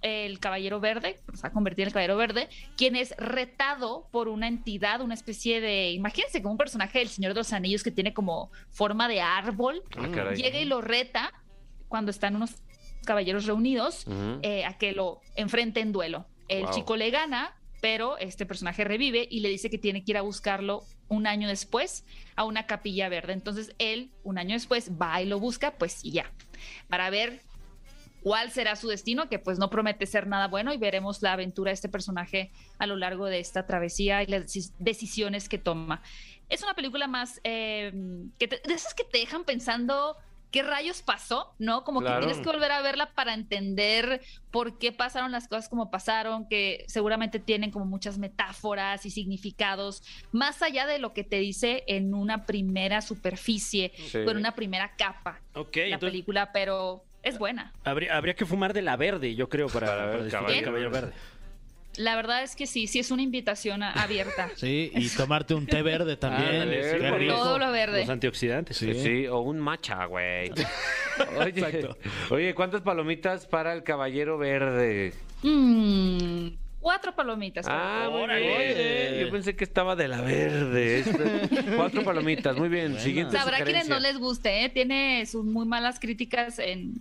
[SPEAKER 10] el Caballero Verde, se va a convertir en el Caballero Verde, quien es retado por una entidad, una especie de, imagínense como un personaje del Señor de los Anillos que tiene como forma de árbol,
[SPEAKER 2] Ah, caray.
[SPEAKER 10] llega y lo reta cuando están unos caballeros reunidos
[SPEAKER 2] Ujú.
[SPEAKER 10] eh, a que lo enfrente en duelo. El
[SPEAKER 2] Wow.
[SPEAKER 10] chico le gana, pero este personaje revive y le dice que tiene que ir a buscarlo un año después a una capilla verde. Entonces él, un año después, va y lo busca, pues y ya, para ver cuál será su destino, que pues no promete ser nada bueno y veremos la aventura de este personaje a lo largo de esta travesía y las deci- decisiones que toma. Es una película más eh, que te- de esas que te dejan pensando qué rayos pasó, ¿no? Como
[SPEAKER 2] Claro.
[SPEAKER 10] que tienes que volver a verla para entender por qué pasaron las cosas como pasaron, que seguramente tienen como muchas metáforas y significados, más allá de lo que te dice en una primera superficie,
[SPEAKER 2] Sí.
[SPEAKER 10] con una primera capa
[SPEAKER 4] Ok,
[SPEAKER 10] la
[SPEAKER 4] entonces
[SPEAKER 10] película, pero es buena.
[SPEAKER 4] habría, habría que fumar de la verde, yo creo, para,
[SPEAKER 2] Para ver
[SPEAKER 4] para disfrutar
[SPEAKER 2] Caballero
[SPEAKER 4] el cabello
[SPEAKER 2] Verde.
[SPEAKER 4] verde.
[SPEAKER 10] La verdad es que sí, sí es una invitación a- abierta.
[SPEAKER 3] Sí, y tomarte un té verde
[SPEAKER 4] Ah,
[SPEAKER 8] Ah,
[SPEAKER 3] también.
[SPEAKER 2] Ándale,
[SPEAKER 3] Qué
[SPEAKER 2] sí, por
[SPEAKER 3] rico.
[SPEAKER 10] Todo lo
[SPEAKER 4] Los
[SPEAKER 10] verde.
[SPEAKER 4] antioxidantes.
[SPEAKER 2] Eh, Sí. o un macha, *laughs* güey. Oye, oye, ¿cuántas palomitas para el caballero verde?
[SPEAKER 10] Mm, cuatro palomitas.
[SPEAKER 2] Ah, muy
[SPEAKER 4] Órale.
[SPEAKER 2] bien. Oye, Yo pensé que estaba de la verde.
[SPEAKER 10] *laughs*
[SPEAKER 2] Esta- Cuatro palomitas, muy bien. Siguiente
[SPEAKER 10] Sabrá quienes
[SPEAKER 2] sugerencia.
[SPEAKER 10] no les guste, ¿eh? tiene sus muy malas críticas en,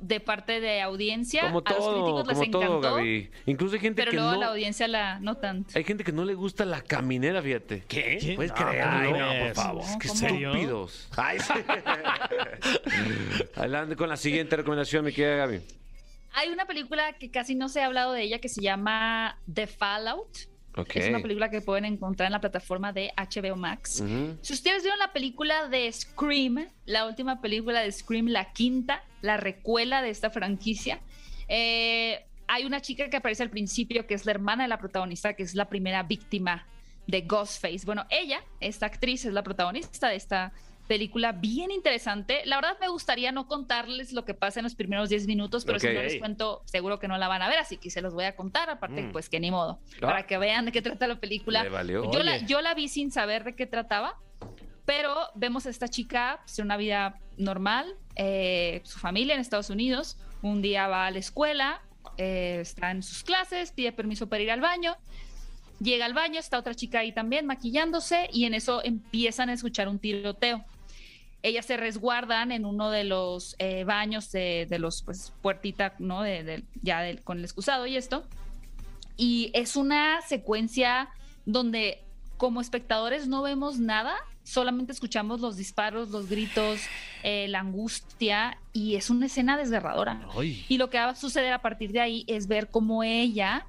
[SPEAKER 10] de parte de audiencia.
[SPEAKER 2] Como
[SPEAKER 10] a los
[SPEAKER 2] todo,
[SPEAKER 10] críticos les
[SPEAKER 2] como todo,
[SPEAKER 10] encantó,
[SPEAKER 2] Gaby. Incluso hay gente
[SPEAKER 10] pero
[SPEAKER 2] que
[SPEAKER 10] luego a
[SPEAKER 2] no...
[SPEAKER 10] la audiencia la no tanto.
[SPEAKER 2] Hay gente que no le gusta la caminera, fíjate.
[SPEAKER 4] ¿Qué? Pues
[SPEAKER 2] ¿Puedes
[SPEAKER 3] No,
[SPEAKER 2] creerlo?
[SPEAKER 3] ay, no, por favor.
[SPEAKER 2] Es que
[SPEAKER 10] ¿Cómo?
[SPEAKER 2] estúpidos. Ay, sí. Adelante con la siguiente recomendación, mi querida Gaby.
[SPEAKER 10] Hay una película que casi no se ha hablado de ella que se llama The Fallout.
[SPEAKER 2] Ok.
[SPEAKER 10] Es una película que pueden encontrar en la plataforma de HBO Max.
[SPEAKER 2] Ujú.
[SPEAKER 10] Si ustedes vieron la película de Scream, la última película de Scream, la quinta, la recuela de esta franquicia, eh, hay una chica que aparece al principio que es la hermana de la protagonista, que es la primera víctima de Ghostface. Bueno, ella, esta actriz, es la protagonista de esta película bien interesante. La verdad me gustaría no contarles lo que pasa en los primeros 10 minutos, pero si no
[SPEAKER 2] Ok.
[SPEAKER 10] les cuento, seguro que no la van a ver, así que se los voy a contar, aparte, pues que ni modo,
[SPEAKER 2] Ah.
[SPEAKER 10] para que vean de qué trata la película.
[SPEAKER 2] Le valió.
[SPEAKER 10] Yo la, yo la vi sin saber de qué trataba, pero vemos a esta chica, pues, tiene una vida normal, eh, su familia en Estados Unidos, un día va a la escuela, eh, está en sus clases, pide permiso para ir al baño, llega al baño, está otra chica ahí también maquillándose y en eso empiezan a escuchar un tiroteo. Ellas se resguardan en uno de los eh, baños de, de los, pues, puertita, ¿no? De, de- ya del- con el excusado y esto. Y es una secuencia donde como espectadores no vemos nada, solamente escuchamos los disparos, los gritos, eh, la angustia y es una escena desgarradora.
[SPEAKER 3] Ay.
[SPEAKER 10] Y lo que va a suceder a partir de ahí es ver cómo ella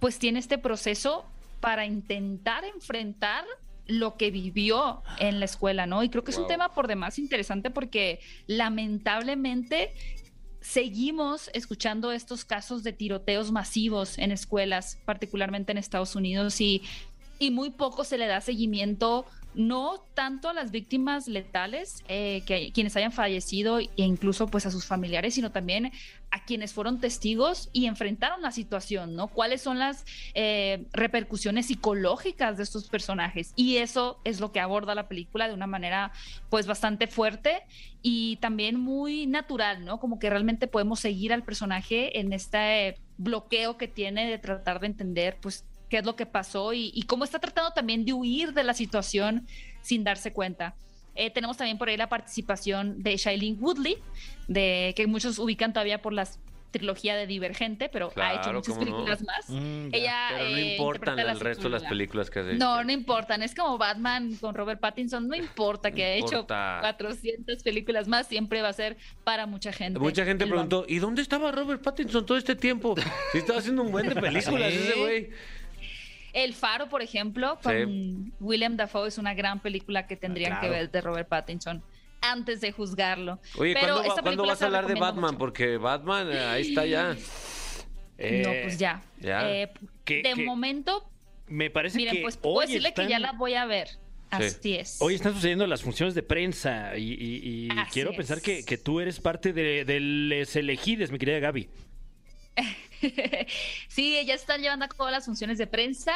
[SPEAKER 10] pues tiene este proceso para intentar enfrentar lo que vivió en la escuela, ¿no? Y creo que es un
[SPEAKER 2] Wow.
[SPEAKER 10] tema por demás interesante porque lamentablemente seguimos escuchando estos casos de tiroteos masivos en escuelas, particularmente en Estados Unidos, y, y muy poco se le da seguimiento, no tanto a las víctimas letales, eh, que, quienes hayan fallecido e incluso pues a sus familiares, sino también a quienes fueron testigos y enfrentaron la situación, ¿no? ¿Cuáles son las eh, repercusiones psicológicas de estos personajes? Y eso es lo que aborda la película de una manera pues bastante fuerte y también muy natural, ¿no? Como que realmente podemos seguir al personaje en este eh, bloqueo que tiene de tratar de entender, pues, qué es lo que pasó y, y cómo está tratando también de huir de la situación sin darse cuenta. Eh, tenemos también por ahí la participación de Shailene Woodley, de, que muchos ubican todavía por la trilogía de Divergente, pero ha hecho
[SPEAKER 2] Claro,
[SPEAKER 10] muchas
[SPEAKER 2] cómo no.
[SPEAKER 10] películas más.
[SPEAKER 3] Mm, ya.
[SPEAKER 10] Ella,
[SPEAKER 2] Pero no
[SPEAKER 10] eh,
[SPEAKER 2] importan
[SPEAKER 10] interpreta a la
[SPEAKER 2] el resto de las
[SPEAKER 10] psicóloga.
[SPEAKER 2] películas que hace.
[SPEAKER 10] No, no importan. Es como Batman con Robert Pattinson. No importa que ha hecho
[SPEAKER 2] importa.
[SPEAKER 10] 400 películas más, siempre va a ser para mucha gente.
[SPEAKER 2] Mucha gente
[SPEAKER 10] el
[SPEAKER 2] preguntó, ¿y dónde estaba Robert Pattinson todo este tiempo? Si estaba haciendo un buen de películas
[SPEAKER 3] Sí.
[SPEAKER 2] ese güey.
[SPEAKER 10] vampiro. El Faro, por ejemplo, con William Dafoe es una gran película que tendrían
[SPEAKER 2] Ah,
[SPEAKER 10] que
[SPEAKER 2] claro.
[SPEAKER 10] ver de Robert Pattinson antes de juzgarlo.
[SPEAKER 2] Oye,
[SPEAKER 10] Pero
[SPEAKER 2] ¿cuándo, va-
[SPEAKER 10] esta
[SPEAKER 2] cuándo
[SPEAKER 10] película
[SPEAKER 2] vas
[SPEAKER 10] se
[SPEAKER 2] a
[SPEAKER 10] la
[SPEAKER 2] hablar de
[SPEAKER 10] recomiendo
[SPEAKER 2] Batman?
[SPEAKER 10] mucho.
[SPEAKER 2] Porque Batman, eh, ahí está ya.
[SPEAKER 10] no,
[SPEAKER 4] Eh,
[SPEAKER 10] pues ya.
[SPEAKER 2] ya.
[SPEAKER 10] Eh,
[SPEAKER 4] ¿Qué-
[SPEAKER 10] de
[SPEAKER 4] qué?
[SPEAKER 10] momento,
[SPEAKER 4] Me parece
[SPEAKER 10] miren,
[SPEAKER 4] que
[SPEAKER 10] pues puedo
[SPEAKER 4] hoy,
[SPEAKER 10] decirle
[SPEAKER 4] están,
[SPEAKER 10] que ya la voy a ver. Así es.
[SPEAKER 4] hoy están sucediendo las funciones de prensa y, y- y
[SPEAKER 10] Así
[SPEAKER 4] quiero
[SPEAKER 10] es.
[SPEAKER 4] pensar que, que tú eres parte de, de les elegides, mi querida Gaby.
[SPEAKER 10] *laughs* sí, ya están llevando a cabo las funciones de prensa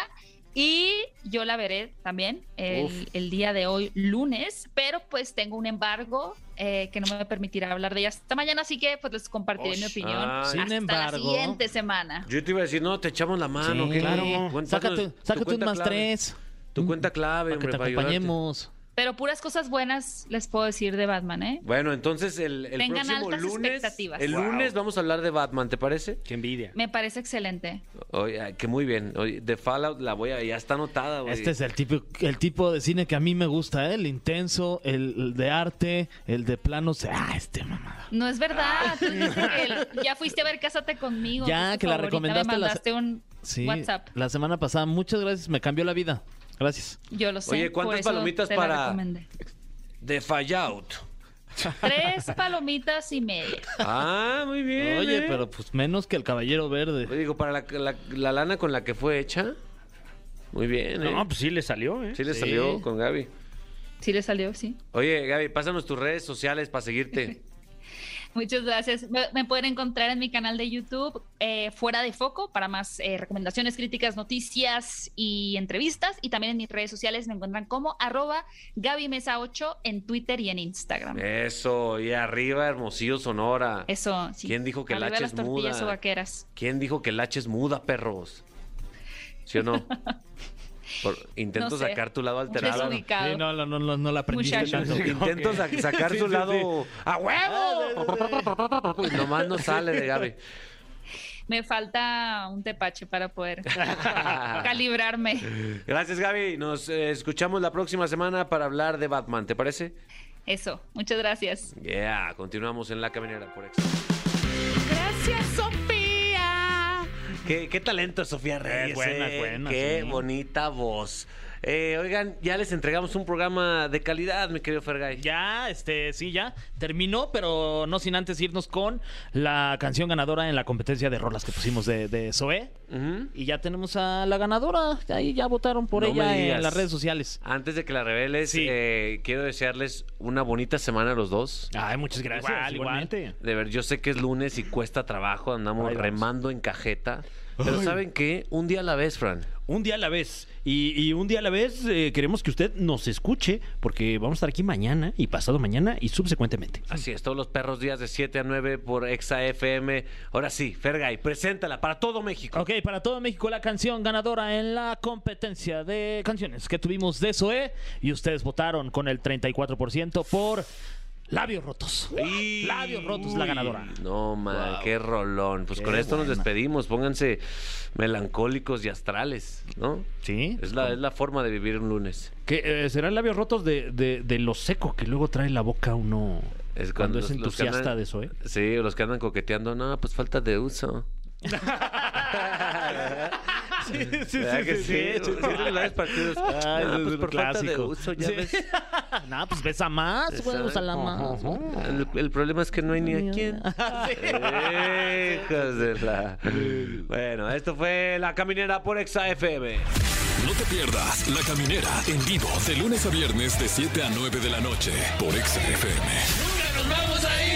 [SPEAKER 10] y yo la veré también el, el día de hoy, lunes, pero pues tengo un embargo eh, que no me permitirá hablar de ella hasta mañana, así que pues les compartiré mi opinión
[SPEAKER 2] Ay. Sin
[SPEAKER 10] hasta la
[SPEAKER 3] embargo-
[SPEAKER 10] siguiente semana.
[SPEAKER 2] Yo te iba a decir, no, te echamos la mano.
[SPEAKER 3] Sí.
[SPEAKER 2] ¿qué?
[SPEAKER 3] Ah, Claro.
[SPEAKER 2] Cuéntanos
[SPEAKER 3] Sácate,
[SPEAKER 2] tu
[SPEAKER 3] sácate un
[SPEAKER 2] cuenta
[SPEAKER 3] más
[SPEAKER 2] clave.
[SPEAKER 3] tres. Mm.
[SPEAKER 2] Tu cuenta clave,
[SPEAKER 3] Para que
[SPEAKER 2] hombre,
[SPEAKER 3] te
[SPEAKER 2] para ayudarte.
[SPEAKER 3] acompañemos.
[SPEAKER 10] Pero puras cosas buenas les puedo decir de Batman, ¿eh?
[SPEAKER 2] Bueno, entonces el, el
[SPEAKER 10] Tengan
[SPEAKER 2] próximo
[SPEAKER 10] altas
[SPEAKER 2] lunes.
[SPEAKER 10] expectativas.
[SPEAKER 2] El lunes vamos a hablar de Batman, ¿te parece?
[SPEAKER 4] Qué envidia.
[SPEAKER 10] Me parece excelente.
[SPEAKER 2] Oye, ay, que muy bien. Oye, de Fallout la voy a. Ya está anotada, güey.
[SPEAKER 3] Este es el tipo, el tipo de cine que a mí me gusta, ¿eh? el intenso, el, el de arte, el de planos. Ah, este mamada.
[SPEAKER 10] No es
[SPEAKER 2] Ah.
[SPEAKER 10] verdad. Tú dijiste que el- ya fuiste a ver Cásate conmigo.
[SPEAKER 3] Ya,
[SPEAKER 10] es tu
[SPEAKER 3] que la
[SPEAKER 10] favorita,
[SPEAKER 3] recomendaste
[SPEAKER 10] Me
[SPEAKER 3] las-
[SPEAKER 10] mandaste un
[SPEAKER 3] Sí,
[SPEAKER 10] WhatsApp.
[SPEAKER 3] la semana pasada. Muchas gracias, me cambió la vida. Gracias.
[SPEAKER 10] Yo lo sé.
[SPEAKER 2] Oye, ¿cuántas
[SPEAKER 10] por eso
[SPEAKER 2] palomitas
[SPEAKER 10] te la
[SPEAKER 2] para-
[SPEAKER 10] recomendé.
[SPEAKER 2] De Fallout.
[SPEAKER 10] Tres palomitas y media.
[SPEAKER 2] Ah, muy bien.
[SPEAKER 3] Oye,
[SPEAKER 2] ¿eh?
[SPEAKER 3] pero pues menos que el Caballero Verde.
[SPEAKER 2] Oye, Digo, para la, la- la lana con la que fue hecha. Muy bien, ¿eh?
[SPEAKER 4] No, pues sí le salió, ¿eh?
[SPEAKER 2] sí le
[SPEAKER 3] sí.
[SPEAKER 2] salió con Gaby.
[SPEAKER 10] Sí le salió, sí.
[SPEAKER 2] Oye, Gaby, pásanos tus redes sociales para
[SPEAKER 10] *laughs*
[SPEAKER 2] seguirte.
[SPEAKER 10] Muchas gracias. Me, me pueden encontrar en mi canal de YouTube, eh, Fuera de Foco, para más eh, recomendaciones, críticas, noticias y entrevistas. Y también en mis redes sociales me encuentran como arroba Gaby Mesa 8 en Twitter y en Instagram.
[SPEAKER 2] Eso, y arriba, Hermosillo, Sonora.
[SPEAKER 10] Eso, sí.
[SPEAKER 2] ¿Quién dijo que
[SPEAKER 10] Arriba
[SPEAKER 2] la H
[SPEAKER 10] las
[SPEAKER 2] es muda?
[SPEAKER 10] tortillas o vaqueras.
[SPEAKER 2] ¿Quién dijo que el H es muda, perros? ¿Sí o
[SPEAKER 10] *laughs*
[SPEAKER 2] no? Por- intento
[SPEAKER 10] No sé.
[SPEAKER 2] sacar tu lado alterado.
[SPEAKER 10] Desubicado.
[SPEAKER 3] Sí, no, no, no, no, no la aprendiste
[SPEAKER 10] Muchacho.
[SPEAKER 3] tanto.
[SPEAKER 2] *laughs* Intento sa- sacar su lado
[SPEAKER 4] Ah,
[SPEAKER 2] a huevo. Y nomás no sale de
[SPEAKER 4] *laughs*
[SPEAKER 2] Gaby.
[SPEAKER 10] Me falta un tepache para poder
[SPEAKER 2] Ah.
[SPEAKER 10] calibrarme.
[SPEAKER 2] Gracias, Gaby. Nos eh, escuchamos la próxima semana para hablar de Batman, ¿te parece?
[SPEAKER 10] Eso, muchas gracias.
[SPEAKER 2] Yeah, continuamos en La Caminera por Exa.
[SPEAKER 10] Gracias, Sofía.
[SPEAKER 2] ¿Qué, qué talento Sofía Reyes.
[SPEAKER 3] buena,
[SPEAKER 2] eh.
[SPEAKER 3] es buena,
[SPEAKER 2] Qué
[SPEAKER 3] sí.
[SPEAKER 2] bonita voz. Eh, oigan, ya les entregamos un programa de calidad, mi querido Fergay.
[SPEAKER 3] *laughs* Ya, este, sí, ya terminó, pero no sin antes irnos con la canción ganadora en la competencia de rolas que pusimos de, de Zoé.
[SPEAKER 2] Ujú.
[SPEAKER 3] Y ya tenemos a la ganadora. Ahí ya votaron por
[SPEAKER 2] No me
[SPEAKER 3] ella
[SPEAKER 2] digas.
[SPEAKER 3] en las redes sociales.
[SPEAKER 2] Antes de que la reveles,
[SPEAKER 3] Sí.
[SPEAKER 2] eh, quiero desearles una bonita semana a los dos.
[SPEAKER 4] Ay, muchas gracias.
[SPEAKER 3] Igual, igual.
[SPEAKER 4] igualmente.
[SPEAKER 2] De ver, yo sé que es lunes y cuesta trabajo, andamos
[SPEAKER 4] Ahí vamos.
[SPEAKER 2] remando en cajeta. Pero ¿saben qué? Un día a la vez, Fran.
[SPEAKER 4] Un día a la vez. Y, y un día a la vez eh, queremos que usted nos escuche porque vamos a estar aquí mañana y pasado mañana y subsecuentemente.
[SPEAKER 2] Así es, todos los perros días de 7 a 9 por Exa FM. Ahora sí, Fergay, preséntala para todo México.
[SPEAKER 3] Ok, para todo México la canción ganadora en la competencia de canciones que tuvimos de Zoé. Y ustedes votaron con el 34% por Labios Rotos.
[SPEAKER 2] Y-
[SPEAKER 3] Labios Rotos la ganadora.
[SPEAKER 2] No, man, qué rolón. Pues con esto nos despedimos. Pónganse melancólicos y astrales, ¿no?
[SPEAKER 3] Sí. pues,
[SPEAKER 2] Es la, es la forma de vivir un lunes.
[SPEAKER 4] Que eh, serán labios rotos de, de- de lo seco que luego trae la boca uno
[SPEAKER 2] Es
[SPEAKER 4] cuando, es
[SPEAKER 2] los- los que
[SPEAKER 4] entusiasta
[SPEAKER 2] andan-
[SPEAKER 4] de
[SPEAKER 2] *laughs*
[SPEAKER 4] eso, ¿eh?
[SPEAKER 2] Sí, los que andan coqueteando, no, pues falta de uso.
[SPEAKER 3] Sí, sí, sí,
[SPEAKER 2] ¿Verdad que
[SPEAKER 3] sí,
[SPEAKER 2] sí? *laughs*
[SPEAKER 3] sí.
[SPEAKER 2] Siempre los partidos.
[SPEAKER 3] *laughs* Ay,
[SPEAKER 2] Ah,
[SPEAKER 3] ese
[SPEAKER 2] pues
[SPEAKER 3] es
[SPEAKER 2] por
[SPEAKER 3] un
[SPEAKER 2] falta de
[SPEAKER 3] clásico.
[SPEAKER 2] uso, ya
[SPEAKER 3] Sí.
[SPEAKER 2] ves.
[SPEAKER 3] Nah, pues besa más, güey, usa la más. güey.
[SPEAKER 2] El, el problema es que no hay ni a quién.
[SPEAKER 3] *laughs*
[SPEAKER 2] Hijos de la. Bueno, esto fue La Caminera por Exa FM.
[SPEAKER 1] No te pierdas La Caminera en vivo de lunes a viernes de 7 a 9 de la noche por Exa FM.
[SPEAKER 2] ¡Nunca nos vamos a ir!